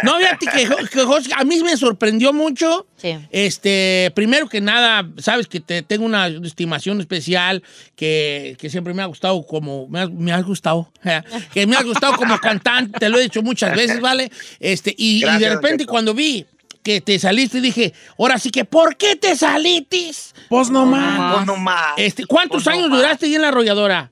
A: no, fíjate que, Jo- que Josi- a mí me sorprendió mucho.
B: Sí.
A: Este, primero que nada, sabes que te tengo una estimación especial que, que siempre me ha gustado como, me ha, me ha gustado, que me ha gustado como cantante, te lo he dicho muchas veces, ¿vale? Este, y, y
J: Gracias,
A: de
J: don
A: repente
J: Cheto.
A: cuando vi que te saliste, dije, ahora sí que, ¿por qué te saliste?
C: Pues no más.
E: Ah,
J: No, no más.
A: Este, ¿Cuántos
J: Pues no
A: años
J: más.
A: duraste ahí en la arrolladora?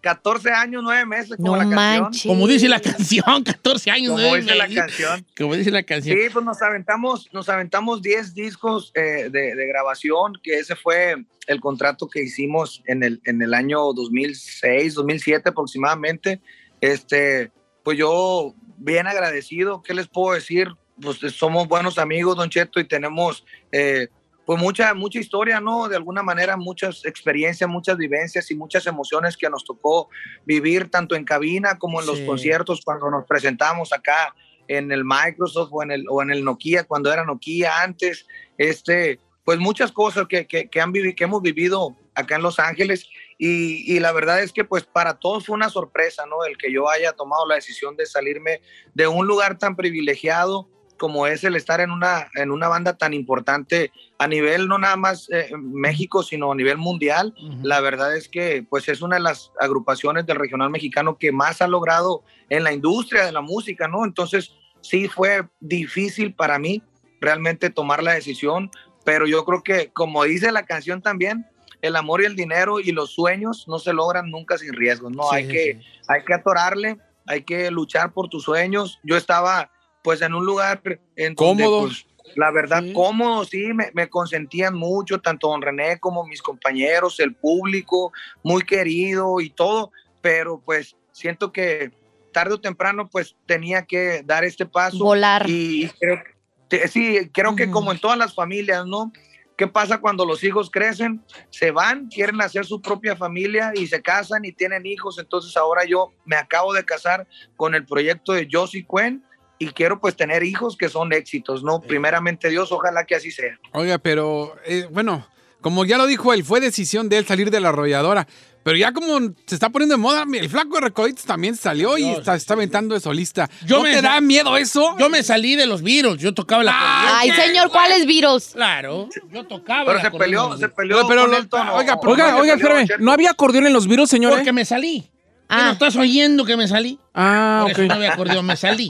J: 14 años, 9 meses.
B: No
J: Como la
B: manches.
A: Como dice la canción, 14 años.
J: Canción, como
A: nueve
J: dice la
A: meses.
J: canción.
A: Como dice la canción.
J: Sí, pues nos aventamos, nos aventamos 10 discos eh, de, de grabación, que ese fue el contrato que hicimos en el, en el año 2006, 2007 aproximadamente. Este, pues yo bien agradecido, ¿qué les puedo decir? Pues somos buenos amigos, Don Cheto, y tenemos eh, pues mucha, mucha historia, ¿no? De alguna manera, muchas experiencias, muchas vivencias y muchas emociones que nos tocó vivir tanto en cabina como en los
A: Sí.
J: conciertos cuando nos presentamos acá en el Microsoft o en el, o en el Nokia, cuando era Nokia antes, este, pues muchas cosas que, que, que han vivi- que hemos vivido acá en Los Ángeles y, y la verdad es que pues para todos fue una sorpresa, ¿no? El que yo haya tomado la decisión de salirme de un lugar tan privilegiado
H: como es el estar en una, en una banda tan importante a nivel no nada más eh, México, sino a nivel mundial. La verdad es que pues es una de las agrupaciones del regional mexicano que más ha logrado en la industria de la música, ¿no? Entonces sí fue difícil para mí realmente tomar la decisión, pero yo creo que como dice la canción también, el amor y el dinero y los sueños no se logran nunca sin riesgos, ¿no?
A: Sí,
H: hay,
A: sí,
H: que,
A: sí.
H: hay que atorarle, hay que luchar por tus sueños. Yo estaba pues en un lugar en donde,
C: Cómodo.
H: pues, la verdad,
A: Sí.
H: cómodo, sí, me, me consentían mucho, tanto don René como mis compañeros, el público, muy querido y todo, pero pues siento que tarde o temprano pues tenía que dar este paso.
B: Volar. Mm.
H: Y creo, te- sí, creo que
E: Ujú.
H: como en todas las familias, ¿no? ¿Qué pasa cuando los hijos crecen? Se van, quieren hacer su propia familia y se casan y tienen hijos. Entonces ahora yo me acabo de casar con el proyecto de Josie Cuen y quiero pues tener hijos que son éxitos, ¿no? Primeramente Dios, ojalá que así sea.
C: Oiga, pero eh, bueno, como ya lo dijo él, fue decisión de él salir de la arrolladora. Pero ya como se está poniendo de moda, el flaco de Recoditos también salió y
A: Dios,
C: está, está aventando de solista.
A: Yo
C: ¿No
A: me-
C: te da miedo eso?
A: Yo me salí de los virus, yo tocaba la acordeón.
B: Ay, señor, ¿cuáles virus?
A: Claro, yo tocaba
H: Pero
A: la
H: se
A: acordeón de
H: peleó,
A: los
H: se
A: virus.
H: peleó.
C: Pero
H: con
C: lo-
H: Elton,
C: oiga,
H: ¿o-
C: pero-
H: o no
D: Oiga,
H: se
D: oiga,
H: peleó,
D: espérame.
H: Checo?
D: ¿No había acordeón en los virus, señores?
A: Porque me salí. ¿Qué ¿No
B: Ah,
A: estás oyendo que me salí?
D: Ah,
A: Por eso
D: ok.
A: no había acordeón, me salí.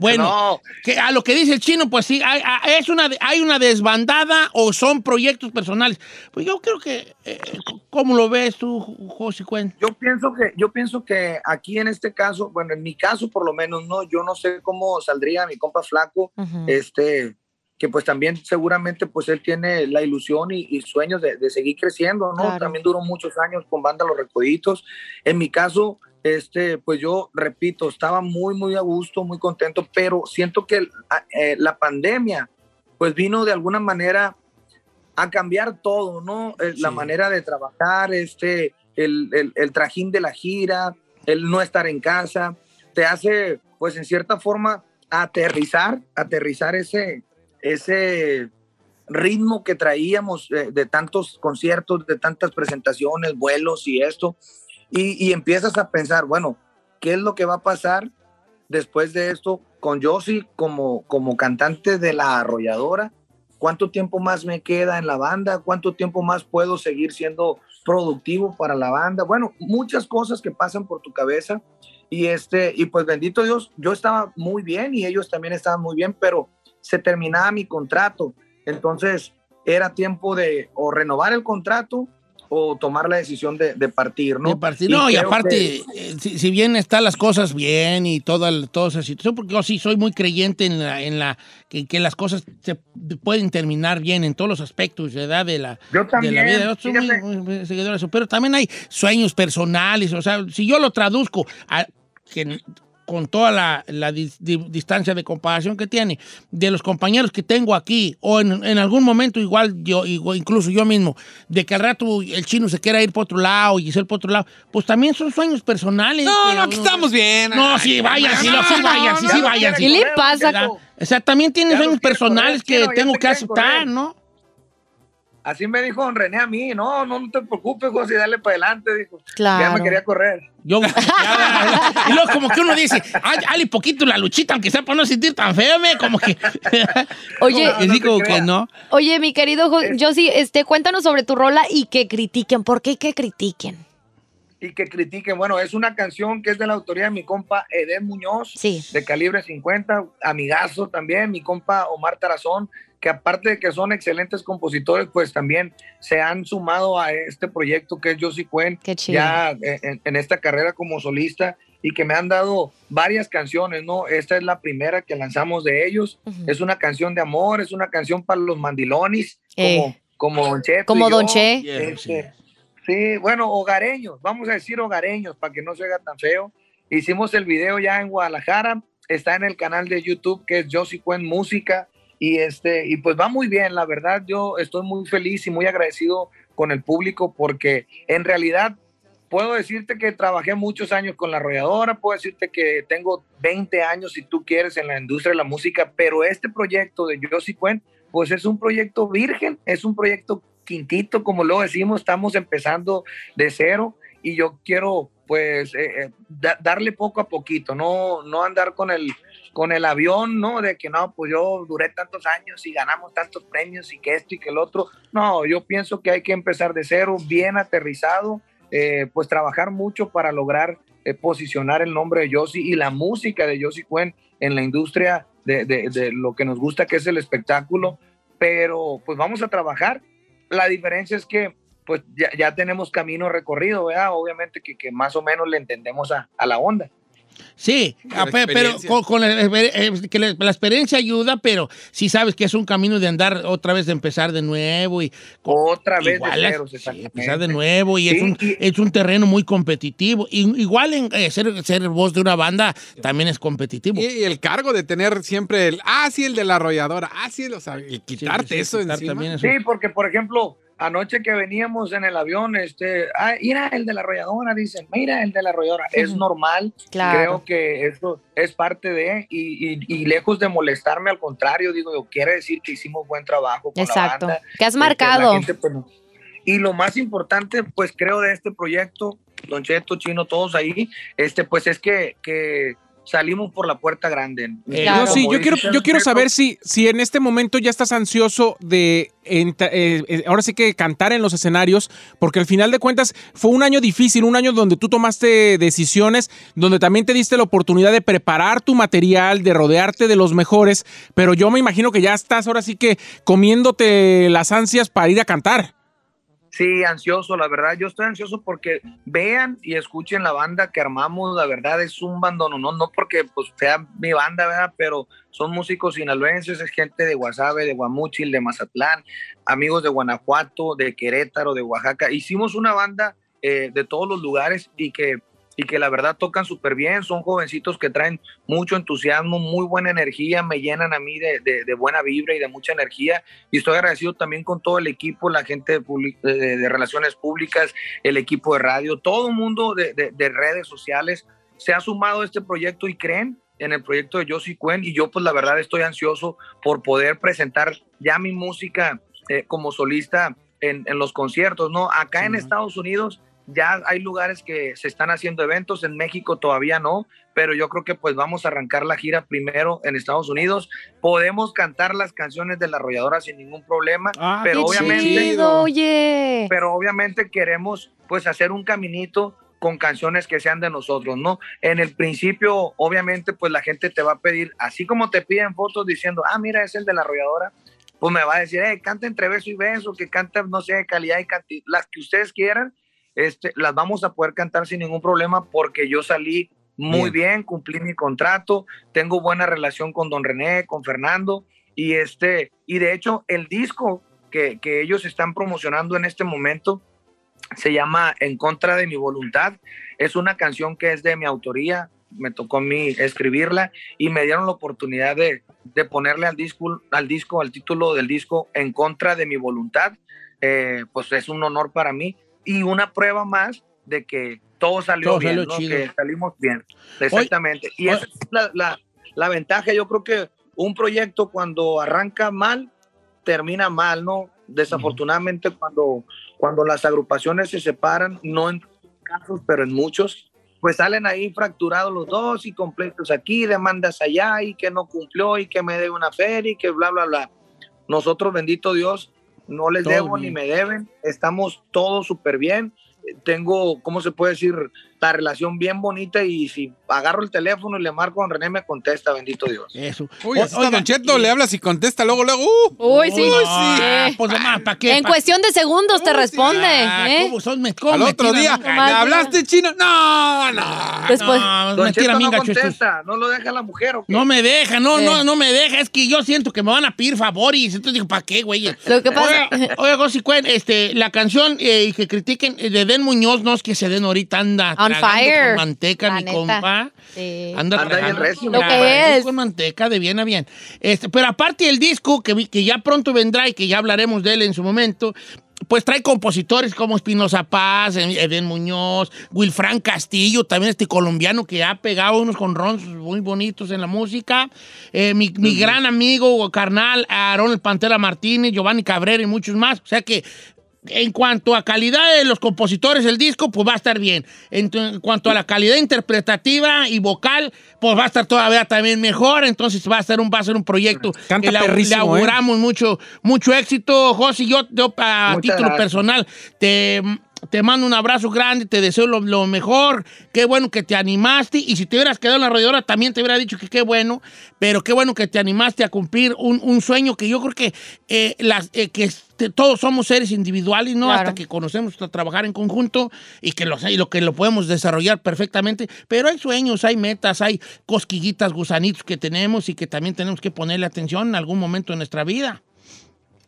A: Bueno,
H: No,
A: que a lo que dice el chino, pues sí, hay, a- es una, de- hay una desbandada o son proyectos personales. Pues yo creo que, eh, ¿cómo lo ves tú, José Cuen?
H: Yo pienso que, yo pienso que aquí en este caso, bueno, en mi caso por lo menos, no, yo no sé cómo saldría mi compa flaco,
B: ujú.
H: este, que pues también seguramente pues él tiene la ilusión y, y sueños de, de seguir creciendo, ¿no?
B: Claro.
H: También duró muchos años con banda Los Recoditos. En mi caso, este, pues yo repito, estaba muy, muy a gusto, muy contento, pero siento que el- a- eh, la pandemia pues vino de alguna manera a cambiar todo, ¿no? Eh, La
A: Sí.
H: manera de trabajar, este, el, el- el trajín de la gira, el no estar en casa, te hace, pues en cierta forma, aterrizar, aterrizar ese, ese ritmo que traíamos eh, de, tantos conciertos, de tantas presentaciones, vuelos y esto, y, y empiezas a pensar, bueno, ¿qué es lo que va a pasar después de esto con Josie como, como cantante de la arrolladora? ¿Cuánto tiempo más me queda en la banda? ¿Cuánto tiempo más puedo seguir siendo productivo para la banda? Bueno, muchas cosas que pasan por tu cabeza y este y pues bendito Dios, yo estaba muy bien y ellos también estaban muy bien, pero se terminaba mi contrato. Entonces, era tiempo de o renovar el contrato o tomar la decisión de, de partir, ¿no?
A: De partir- No, y,
H: creo que-
A: aparte, eh, si, si bien están las cosas bien y toda, el- toda esa situación, porque yo sí soy muy creyente en la, en la que, que las cosas se pueden terminar bien en todos los aspectos, ¿verdad? De la,
H: yo también,
A: de la vida. Yo soy muy-
H: fíjate,
A: muy- muy seguidor de eso. Pero también hay sueños personales. O sea, si yo lo traduzco a- que- con toda la, la dis- di- distancia de comparación que tiene, de los compañeros que tengo aquí, o en, en algún momento igual yo, igual- incluso yo mismo, de que al rato el chino se quiera ir por otro lado y Giselle por otro lado, pues también son sueños personales.
C: No,
A: que
C: no, aquí
A: uno-
C: estamos bien.
A: No, sí, vayan, sí, no, sí, vayan, sí,
H: no,
A: sí,
H: no,
A: vayan.
H: no,
A: sí.
B: ¿Qué le
A: ¿Verdad?
B: pasa?
A: O sea, también tienen
H: Ya lo
A: sueños
H: quieren correr,
A: personales que
H: chino, ya
A: tengo
H: te
A: que
H: quieren
A: aceptar,
H: correr.
A: ¿no?
H: Así me dijo don René a mí, no, no, no te preocupes, José, dale para adelante, dijo. Ya me
B: Claro.
H: quería correr.
A: Yo, y luego como que uno dice, "Ay, hale poquito la luchita, aunque sea para no sentir tan feo, me", como que...
B: Oye,
A: como que
H: No, no
A: sí,
H: te
A: como que
H: creas.
A: no.
B: Oye, mi querido Jo- Josie, este, cuéntanos sobre tu rola y que critiquen. ¿Por qué que critiquen?
H: y que critiquen. Bueno, es una canción que es de la autoría de mi compa Edén Muñoz,
B: Sí.
H: de calibre 50, amigazo también, mi compa Omar Tarazón, que aparte de que son excelentes compositores, pues también se han sumado a este proyecto que es Josie Cuen,
B: Qué chido.
H: ya eh, en, en esta carrera como solista y que me han dado varias canciones, ¿no? Esta es la primera que lanzamos de ellos.
B: Ujú.
H: Es una canción de amor, es una canción para los mandilones,
B: Eh.
H: como, como Don Cheto
B: Como
H: y yo.
B: Don Che.
H: Este, sí, bueno, hogareños, vamos a decir hogareños para que no se haga tan feo. Hicimos el video ya en Guadalajara, está en el canal de YouTube que es Josie Cuen Música y este y pues va muy bien, la verdad yo estoy muy feliz y muy agradecido con el público porque en realidad puedo decirte que trabajé muchos años con la arrolladora, puedo decirte que tengo 20 años si tú quieres en la industria de la música, pero este proyecto de Josie Cuen pues es un proyecto virgen, es un proyecto quintito, como lo decimos, estamos empezando de cero y yo quiero
J: pues eh, eh, da- darle poco a poquito, no, no andar con el, con el avión, ¿no? De que no, pues yo duré tantos años y ganamos tantos premios y que esto y que el otro. No, yo pienso que hay que empezar de cero, bien aterrizado, eh, pues trabajar mucho para lograr eh, posicionar el nombre de Yossi y la música de Yossi Cuen en la industria de, de- de lo que nos gusta, que es el espectáculo. Pero pues vamos a trabajar. La diferencia es que pues ya, ya tenemos camino recorrido, ¿verdad? Obviamente que, que más o menos le entendemos a, a la onda.
A: Sí,
D: La
A: ah, pe- pero
D: experiencia.
A: con, con la, esper- eh, que la- la experiencia ayuda, pero sí sabes que es un camino de andar otra vez, de empezar de nuevo y
J: Otra vez
A: igual
J: de
A: es-
J: ceros,
A: sí,
J: exactamente.
A: empezar de nuevo y es,
J: Sí,
A: un,
J: y-
A: es un terreno muy competitivo. Y- igual en, eh, ser, ser voz de una banda también es competitivo.
D: Y, y el cargo de tener siempre el, ah, sí, el de la arrolladora, ah, sí, el- o sea, el quitarte
A: Sí, sí,
D: eso
A: quitar
D: encima.
A: también es un-
J: Sí, porque por ejemplo, anoche que veníamos en el avión, este, ah, mira el de la arrolladora, dicen, mira el de la arrolladora. Es
B: Ujú.
J: normal,
B: Claro.
J: creo que eso es parte de, y, y- y lejos de molestarme, al contrario, digo, yo, quiere decir que hicimos buen trabajo con
B: Exacto.
J: la banda,
B: Que has
J: este, la
B: marcado.
J: gente, pues, no. y lo más importante, pues creo de este proyecto, Don Cheto, Chino, todos ahí, este, pues es que, que salimos por la puerta grande.
A: Claro.
C: No, sí,
J: Como
C: yo quiero,
J: dice
C: yo quiero
J: Don Cheto,
C: saber si, si en este momento ya estás ansioso de entra- eh, eh, ahora sí que cantar en los escenarios, porque al final de cuentas fue un año difícil, un año donde tú tomaste decisiones, donde también te diste la oportunidad de preparar tu material, de rodearte de los mejores, pero yo me imagino que ya estás ahora sí que comiéndote las ansias para ir a cantar.
J: Sí, ansioso, la verdad. Yo estoy ansioso porque vean y escuchen la banda que armamos. La verdad es un bandono, no, no porque pues, sea mi banda, ¿verdad? Pero son músicos sinaloenses, es gente de Guasave, de Guamúchil, de Mazatlán, amigos de Guanajuato, de Querétaro, de Oaxaca. Hicimos una banda eh, de todos los lugares y que, y que la verdad tocan súper bien. Son jovencitos que traen mucho entusiasmo, muy buena energía, me llenan a mí de- de- de buena vibra y de mucha energía y estoy agradecido también con todo el equipo, la gente de, publi- de- de relaciones públicas, el equipo de radio, todo el mundo de, de- de redes sociales se ha sumado a este proyecto y creen en el proyecto de Josie Cuen y yo pues la verdad estoy ansioso por poder presentar ya mi música eh, como solista en, en los conciertos, ¿no? Acá en Estados Unidos ya hay lugares que se están haciendo eventos, en México todavía no, pero yo creo que pues vamos a arrancar la gira primero en Estados Unidos podemos cantar las canciones de la arrolladora sin ningún problema,
C: Ah,
J: pero
B: Qué
J: obviamente,
B: chido, oye.
J: pero obviamente queremos pues hacer un caminito con canciones que sean de nosotros, ¿no? En el principio, obviamente, pues la gente te va a pedir, así como te piden fotos diciendo, ah, mira, es el de la arrolladora, pues me va a decir, eh, canta entre beso y beso, que canta, no sé, de calidad y cantidad, las que ustedes quieran, este, las vamos a poder cantar sin ningún problema porque yo salí muy bien, cumplí mi contrato, tengo buena relación con Don René, con Fernando, y este, y de hecho, el disco que, que ellos están promocionando en este momento se llama En contra de mi voluntad. Es una canción que es de mi autoría, me tocó a mí escribirla y me dieron la oportunidad de, de ponerle al disco, al disco, al título del disco En contra de mi voluntad. Eh, pues es un honor para mí y una prueba más de que todo salió
A: Todo
J: bien,
A: salió
J: ¿no?
A: chido.
J: que salimos bien. Exactamente. y
A: oye.
J: esa es la, la- la ventaja, yo creo que un proyecto cuando arranca mal, termina mal, ¿no? Desafortunadamente cuando, cuando las agrupaciones se separan, no en casos, pero en muchos, pues salen ahí fracturados los dos y completos aquí, demandas allá y que no cumplió y que me debe una feria y que bla, bla, bla. Nosotros, bendito Dios, no les
A: Todo
J: debo
A: bien.
J: ni me deben, estamos todos súper bien. Eh, Tengo, ¿cómo se puede decir? La relación bien bonita y si agarro el teléfono y le marco a René, me contesta, bendito Dios.
A: Eso.
D: Uy,
A: O-
D: así está
A: oiga,
D: Don Cheto,
A: y-
D: le hablas y contesta, luego, luego, uh,
B: Uy, sí.
A: no,
B: Sí.
A: ah, Pues nomás, ¿para qué?
B: En
A: ¿Pa' qué?
B: cuestión de segundos te
A: Oh,
D: Uy, sí.
B: responde.
A: Ah,
B: ¿eh?
A: ¿cómo son? Me, cómo
D: al
A: me
D: otro
A: tiran
D: día,
A: un
D: ¿le
B: nomás, mira.
D: hablaste este chino? No, no.
B: Pues- Después-
A: Ah, No,
J: Don
A: me
J: Cheto
A: tira
J: no
A: bien gacho esto.
J: contesta, no lo deja la mujer o qué?
A: No me deja, no,
B: Sí.
A: no, no me deja. Es que yo siento que me van a pedir favores. Entonces digo, ¿para qué, güey?
B: Lo que pasa-
A: Oiga, oiga, Josi Cuen, este, la canción eh, y que critiquen eh, de Den Muñoz, no es que se den ahorita anda
B: On
A: tragando
B: fire.
A: con manteca,
B: La
A: mi
B: neta.
A: compa.
B: Sí.
A: Anda,
J: Anda bien
A: tragando
J: recio,
B: Lo
A: con-
B: que es.
A: con manteca de bien a bien. Este, pero aparte el disco que, vi- que ya pronto vendrá y que ya hablaremos de él en su momento, pues trae compositores como Espinoza Paz, Eden Muñoz, Wilfran Castillo, también este colombiano que ha pegado unos conrons muy bonitos en la música. Eh, mi mi gran amigo o carnal, Aarón el Pantera Martínez, Giovanni Cabrera y muchos más. O sea que en cuanto a calidad de los compositores del disco, pues va a estar bien. En, tu- en cuanto a la calidad interpretativa y vocal, pues va a estar todavía también mejor. Entonces va a ser un, va a ser un proyecto
C: Canta
A: que le, au- le
C: perrísimo, ¿eh?
A: auguramos mucho, mucho éxito. José, yo, yo a
J: Muchas
A: título
J: gracias.
A: personal te, te mando un abrazo grande, te deseo lo, lo mejor. Qué bueno que te animaste. Y si te hubieras quedado en la rodeadora, también te hubiera dicho que qué bueno. Pero qué bueno que te animaste a cumplir un, un sueño que yo creo que, eh, las, eh, que este, todos somos seres individuales, ¿no?
B: Claro.
A: Hasta que conocemos tra- trabajar en conjunto y que, los, y lo, que lo podemos desarrollar perfectamente. Pero hay sueños, hay metas, hay cosquillitas, gusanitos que tenemos y que también tenemos que ponerle atención en algún momento de nuestra vida.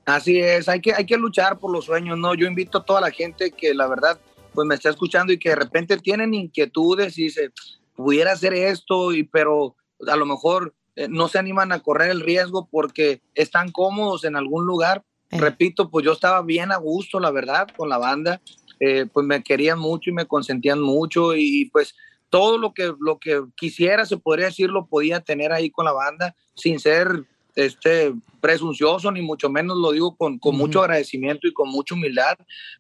J: Así es, hay que, hay que luchar por los sueños, ¿no? Yo invito a toda la gente que la verdad, pues me está escuchando y que de repente tienen inquietudes y dice, pudiera hacer esto, y, pero a lo mejor eh, no se animan a correr el riesgo porque están cómodos en algún lugar.
B: Eh.
J: Repito, pues yo estaba bien a gusto, la verdad, con la banda, Eh, pues me querían mucho y me consentían mucho y, pues todo lo que, lo que quisiera, se podría decir, lo podía tener ahí con la banda sin ser este, presuncioso, ni mucho menos lo digo con, con
A: Ujú.
J: mucho agradecimiento y con mucha humildad,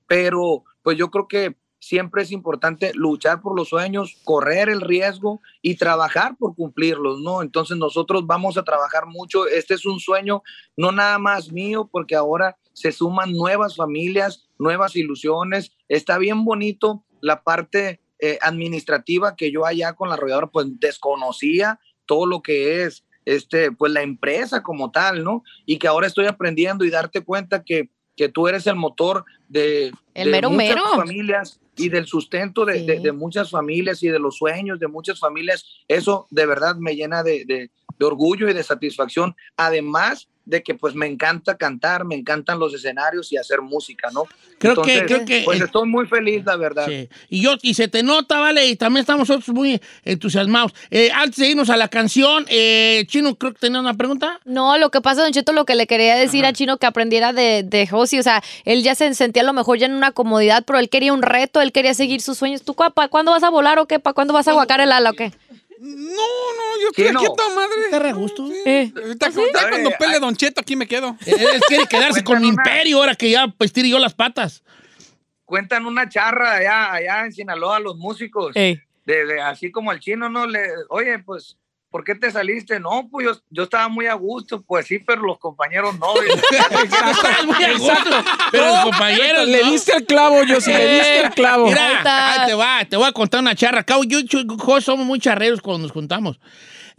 J: pero pues yo creo que siempre es importante luchar por los sueños, correr el riesgo y trabajar por cumplirlos, ¿no? Entonces nosotros vamos a trabajar mucho, este es un sueño no nada más mío, porque ahora se suman nuevas familias, nuevas ilusiones, está bien bonito la parte eh, administrativa que yo allá con la arrolladora pues desconocía todo lo que es este, pues la empresa como tal, ¿no? Y que ahora estoy aprendiendo y darte cuenta que, que tú eres el motor de,
B: El
J: de
B: mero
J: muchas
B: mero.
J: familias y del sustento de,
B: Sí.
J: de- de muchas familias y de los sueños de muchas familias. Eso de verdad me llena de, de- de orgullo y de satisfacción, además de que pues me encanta cantar, me encantan los escenarios y hacer música, ¿no?
A: Creo
J: Entonces,
A: que, creo que
J: Pues
A: eh,
J: estoy muy feliz, la verdad.
A: Sí. Y yo, y se te nota, vale, y también estamos nosotros muy entusiasmados. Eh, antes de irnos a la canción, eh, Chino, creo que tenía una pregunta.
B: No, lo que pasa, Don Cheto, lo que le quería decir a Chino que aprendiera de, de Josi, o sea, él ya se sentía a lo mejor ya en una comodidad, pero él quería un reto, él quería seguir sus sueños. ¿Tú cua- pa- cuándo vas a volar o qué? ¿Para cuándo vas a aguacar el ala o qué?
D: No, no, yo estoy
J: ¿Qué no?
D: aquí a toda madre.
A: Te re gusto.
B: Eh.
D: Ahorita, ahorita
J: ¿Sabe?
D: cuando pele
J: Ay.
D: Don Cheto, aquí me quedo.
A: Eh, Él quiere quedarse con mi imperio ahora que ya pues tire yo las patas.
J: Cuentan una charra allá, allá en Sinaloa los músicos. de, de- así como el chino, ¿no? Le, Oye, pues, ¿por qué te saliste? No, pues yo, yo estaba muy a gusto, pues sí, pero los compañeros no.
A: Estás muy a gusto, pero los compañeros.
C: Le
A: ¿no?
C: diste el clavo, yo sí, le diste el clavo.
A: Mira,
B: Oh. Ahí está.
A: ahí te va, te voy a contar una charra. Cabo, yo y Chu- Jos somos muy charreros cuando nos juntamos.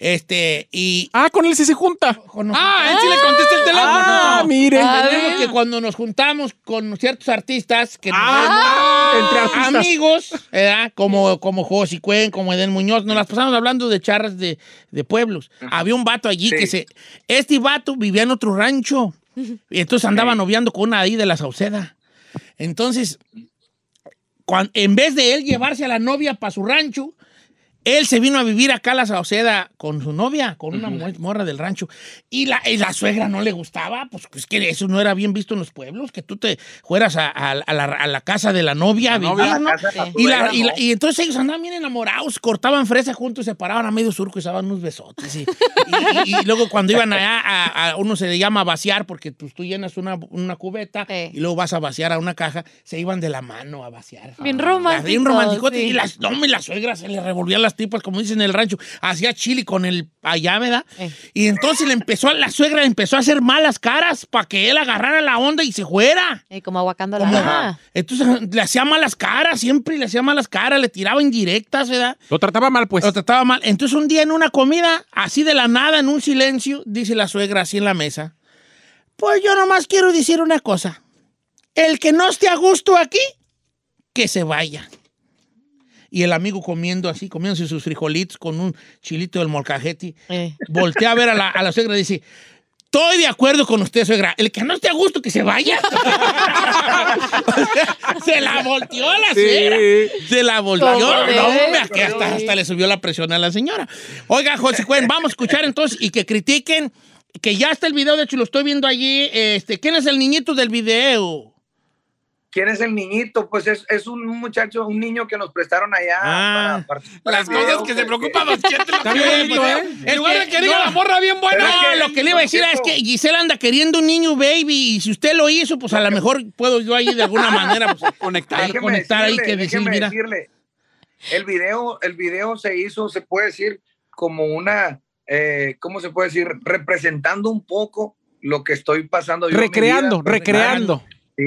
A: Este, y.
C: Ah, con él sí se junta.
B: Ah,
A: él sí le contesta el
C: Ah, mire.
A: Tenemos que cuando nos juntamos con ciertos artistas que nos
C: Ah,
A: dan-
C: entre artistas.
A: amigos, ¿verdad? como, como José Cuen, como Edén Muñoz, nos las pasamos hablando de charras de, de pueblos. Había un vato allí
J: Sí.
A: que se. Este vato vivía en otro rancho. Y entonces andaba noviando con una ahí de la Sauceda. Entonces, cuan- en vez de él llevarse a la novia para su rancho, él se vino a vivir acá a la Sauceda con su novia, con una mu- morra del rancho. Y la, y la suegra no le gustaba, pues, pues, que eso no era bien visto en los pueblos, que tú te fueras a, a- a la, a la casa de la novia a
D: La novia.
A: vivir, ¿no?
B: Sí.
A: Y, la- y la- y entonces ellos andaban bien enamorados, cortaban fresa juntos, se paraban a medio surco y se daban unos besotes. Y, y- y- y luego cuando iban allá, a, a- uno se le llama vaciar, porque pues, tú llenas una, una cubeta
B: Eh.
A: y luego vas a vaciar a una caja, se iban de la mano a vaciar.
B: Bien
A: Ah,
B: romántico.
A: Bien romántico. Y
B: sí.
A: las, no, hombre, las suegras se le revolvían las tripas, como dicen en el rancho. Hacía chili con el allá, ¿verdad?
B: Eh.
A: Y entonces le empezó, a- la suegra le empezó a hacer malas caras para que él agarrara la onda y se fuera.
B: Eh, como aguacando la
A: Como-
B: ala.
A: Entonces le hacía malas caras, siempre le hacía malas caras, le tiraba indirectas, ¿verdad?
C: Lo trataba mal, pues.
A: Lo trataba mal. Entonces un día en una comida, así de la nada, en un silencio, dice la suegra así en la mesa. Pues yo nomás quiero decir una cosa. El que no esté a gusto aquí, que se vaya. Y el amigo comiendo así, comiéndose sus frijolitos con un chilito del molcajete,
B: Eh.
A: voltea a ver a la, a la suegra y dice, estoy de acuerdo con usted, suegra. El que no esté a gusto, que se vaya. O sea, se la volteó a la suegra. Se la volvió.
B: ¿Cómo
A: No,
B: ves?
A: hombre, que hasta, hasta le subió la presión a la señora. Oiga, José Cuen, vamos a escuchar entonces y que critiquen, que ya está el video, de hecho lo estoy viendo allí. Este, ¿Quién es el niñito del video?
J: ¿Quién es el niñito? Pues es, es un muchacho, un niño que nos prestaron allá.
A: Ah,
J: para participar
K: Las
J: en el
K: cosas
J: video,
K: que se preocupa Don Cheto.
C: Está bien
A: pues,
C: bonito, ¿eh?
K: En lugar de que diga la morra bien buena.
A: No, lo que le iba a decir es que Gisela anda queriendo un niño baby y si usted lo hizo, pues a lo mejor puedo yo ahí de alguna manera pues,
D: Conectar.
A: ahí
J: Déjeme
A: conectar ahí que decir,
J: déjeme
A: mira.
J: decirle. El video, el video se hizo, se puede decir, como una, eh, ¿cómo se puede decir? Representando un poco lo que estoy pasando. yo en mi
C: Recreando,
J: vida.
C: recreando.
J: Sí.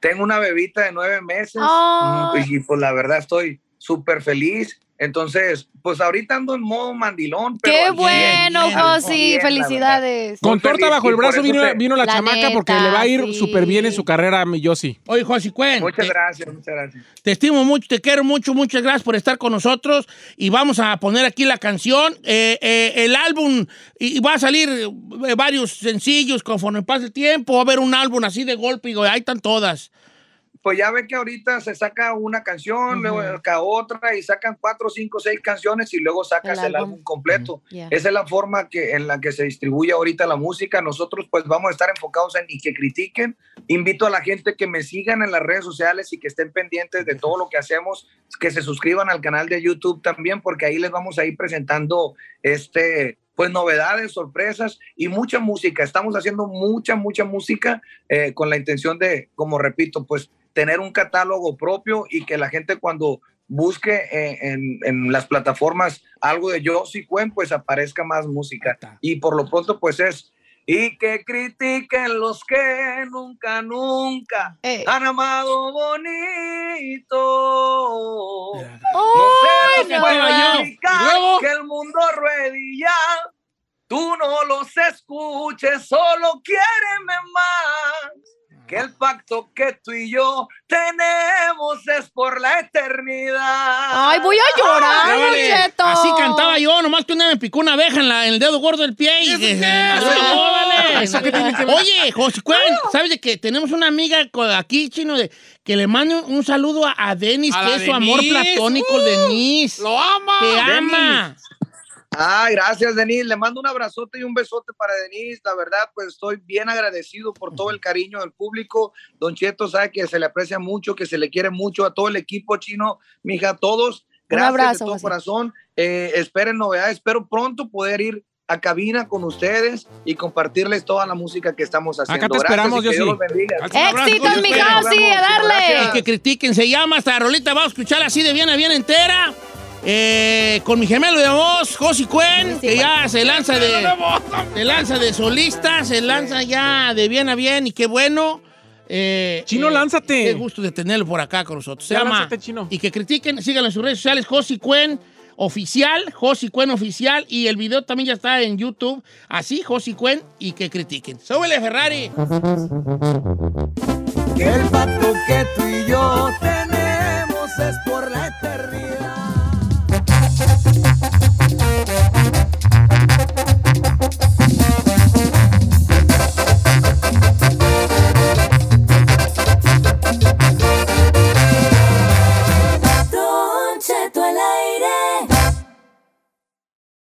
J: Tengo una bebita de nueve meses
B: Ah.
J: Mm, y pues la verdad estoy súper feliz. Entonces, pues ahorita ando en modo mandilón. Pero
B: ¡Qué
J: al cien,
B: bueno,
J: al cien,
B: Josi!
J: la
B: ¡Felicidades!
J: Muy
C: Con torta
J: feliz,
C: bajo
J: y
C: el
J: por
C: brazo
J: eso
C: vino,
J: te-
C: vino la,
B: La
C: chamaca porque
B: neta,
C: le va a ir
B: sí.
C: súper bien en su carrera a mi Yossi.
A: Oye, José,
J: verdad.
A: cuen,
J: Muchas
A: te-
J: gracias, muchas gracias.
A: Te estimo mucho, te quiero mucho, muchas gracias por estar con nosotros y vamos a poner aquí la canción, eh, eh, el álbum y, y va a salir eh, varios sencillos conforme pase el tiempo, va a haber un álbum así de golpe y ahí están todas.
J: Pues ya ve que ahorita se saca una canción, luego saca otra y sacan cuatro, cinco, seis canciones y luego sacas
B: El
J: el,
B: álbum.
J: álbum completo.
B: Ya.
J: Esa es la forma que, en la que se distribuye ahorita la música. Nosotros pues vamos a estar enfocados en y que critiquen. Invito a la gente que me sigan en las redes sociales y que estén pendientes de todo lo que hacemos, que se suscriban al canal de YouTube también, porque ahí les vamos a ir presentando este pues novedades, sorpresas y mucha música. Estamos haciendo mucha, mucha música eh, con la intención de, como repito, pues tener un catálogo propio y que la gente cuando busque eh, en, en las plataformas algo de yo si Cuen, pues aparezca más música. Y por lo pronto, pues es. Y que critiquen los que nunca, nunca
B: Eh.
J: han amado bonito.
B: ¡Ay,
J: No
A: no!
J: se puede
A: Nueva York.
J: explicar
A: Luego.
J: que el mundo ruedilla. Tú no los escuches, solo quiéreme más. Que el pacto que tú y yo tenemos es por la eternidad.
B: ¡Ay, voy a llorar, Don
A: Órale,
B: Cheto!
A: Así cantaba yo, nomás que una me picó una abeja en, la- en el dedo gordo del pie. Y dije, "Ah, "No, vale". Oye, José Cuen, ¿sabes de que tenemos una amiga co- aquí, chino, de, que le mando un, un saludo a, a Denis,
K: A
A: que
K: la
A: es su amor
K: Denise. Uh,
A: platónico, Denis.
K: ¡Lo ama!
A: Te ama.
J: Ay, Ah, gracias, Denise. Le mando un abrazote y un besote para Denise. La verdad, pues estoy bien agradecido por todo el cariño del público. Don Cheto sabe que se le aprecia mucho, que se le quiere mucho a todo el equipo chino, mija, a todos.
B: Un
J: Gracias
B: abrazo,
J: de todo
B: José.
J: corazón. Eh, esperen novedades. Espero pronto poder ir a cabina con ustedes y compartirles toda la música que estamos haciendo.
C: te esperamos,
J: gracias, y que Dios
C: Yossi.
J: los bendiga.
B: ¡Éxitos, mi
J: Nos
B: Josi! ¡A
A: Y
J: vemos.
A: que
B: darle!
A: critiquen, se llama esta rolita, vamos a escuchar así de bien a bien entera. Eh, con mi gemelo de voz, José Cuen, que ya se lanza de. Se lanza de solista, se lanza ya de bien a bien y qué bueno. Eh,
C: Chino,
A: eh,
C: lánzate.
A: Qué gusto de tenerlo por acá con nosotros. Se
C: Ya
A: llama.
C: lánzate, Chino.
A: Y que critiquen, síganlo en sus redes sociales, Josi Cuen Oficial, Josi Cuen Oficial y el video también ya está en YouTube, así Josi Cuen y que critiquen. Súbele Ferrari.
J: Que el pacto que tú y yo tenemos es por la eternidad.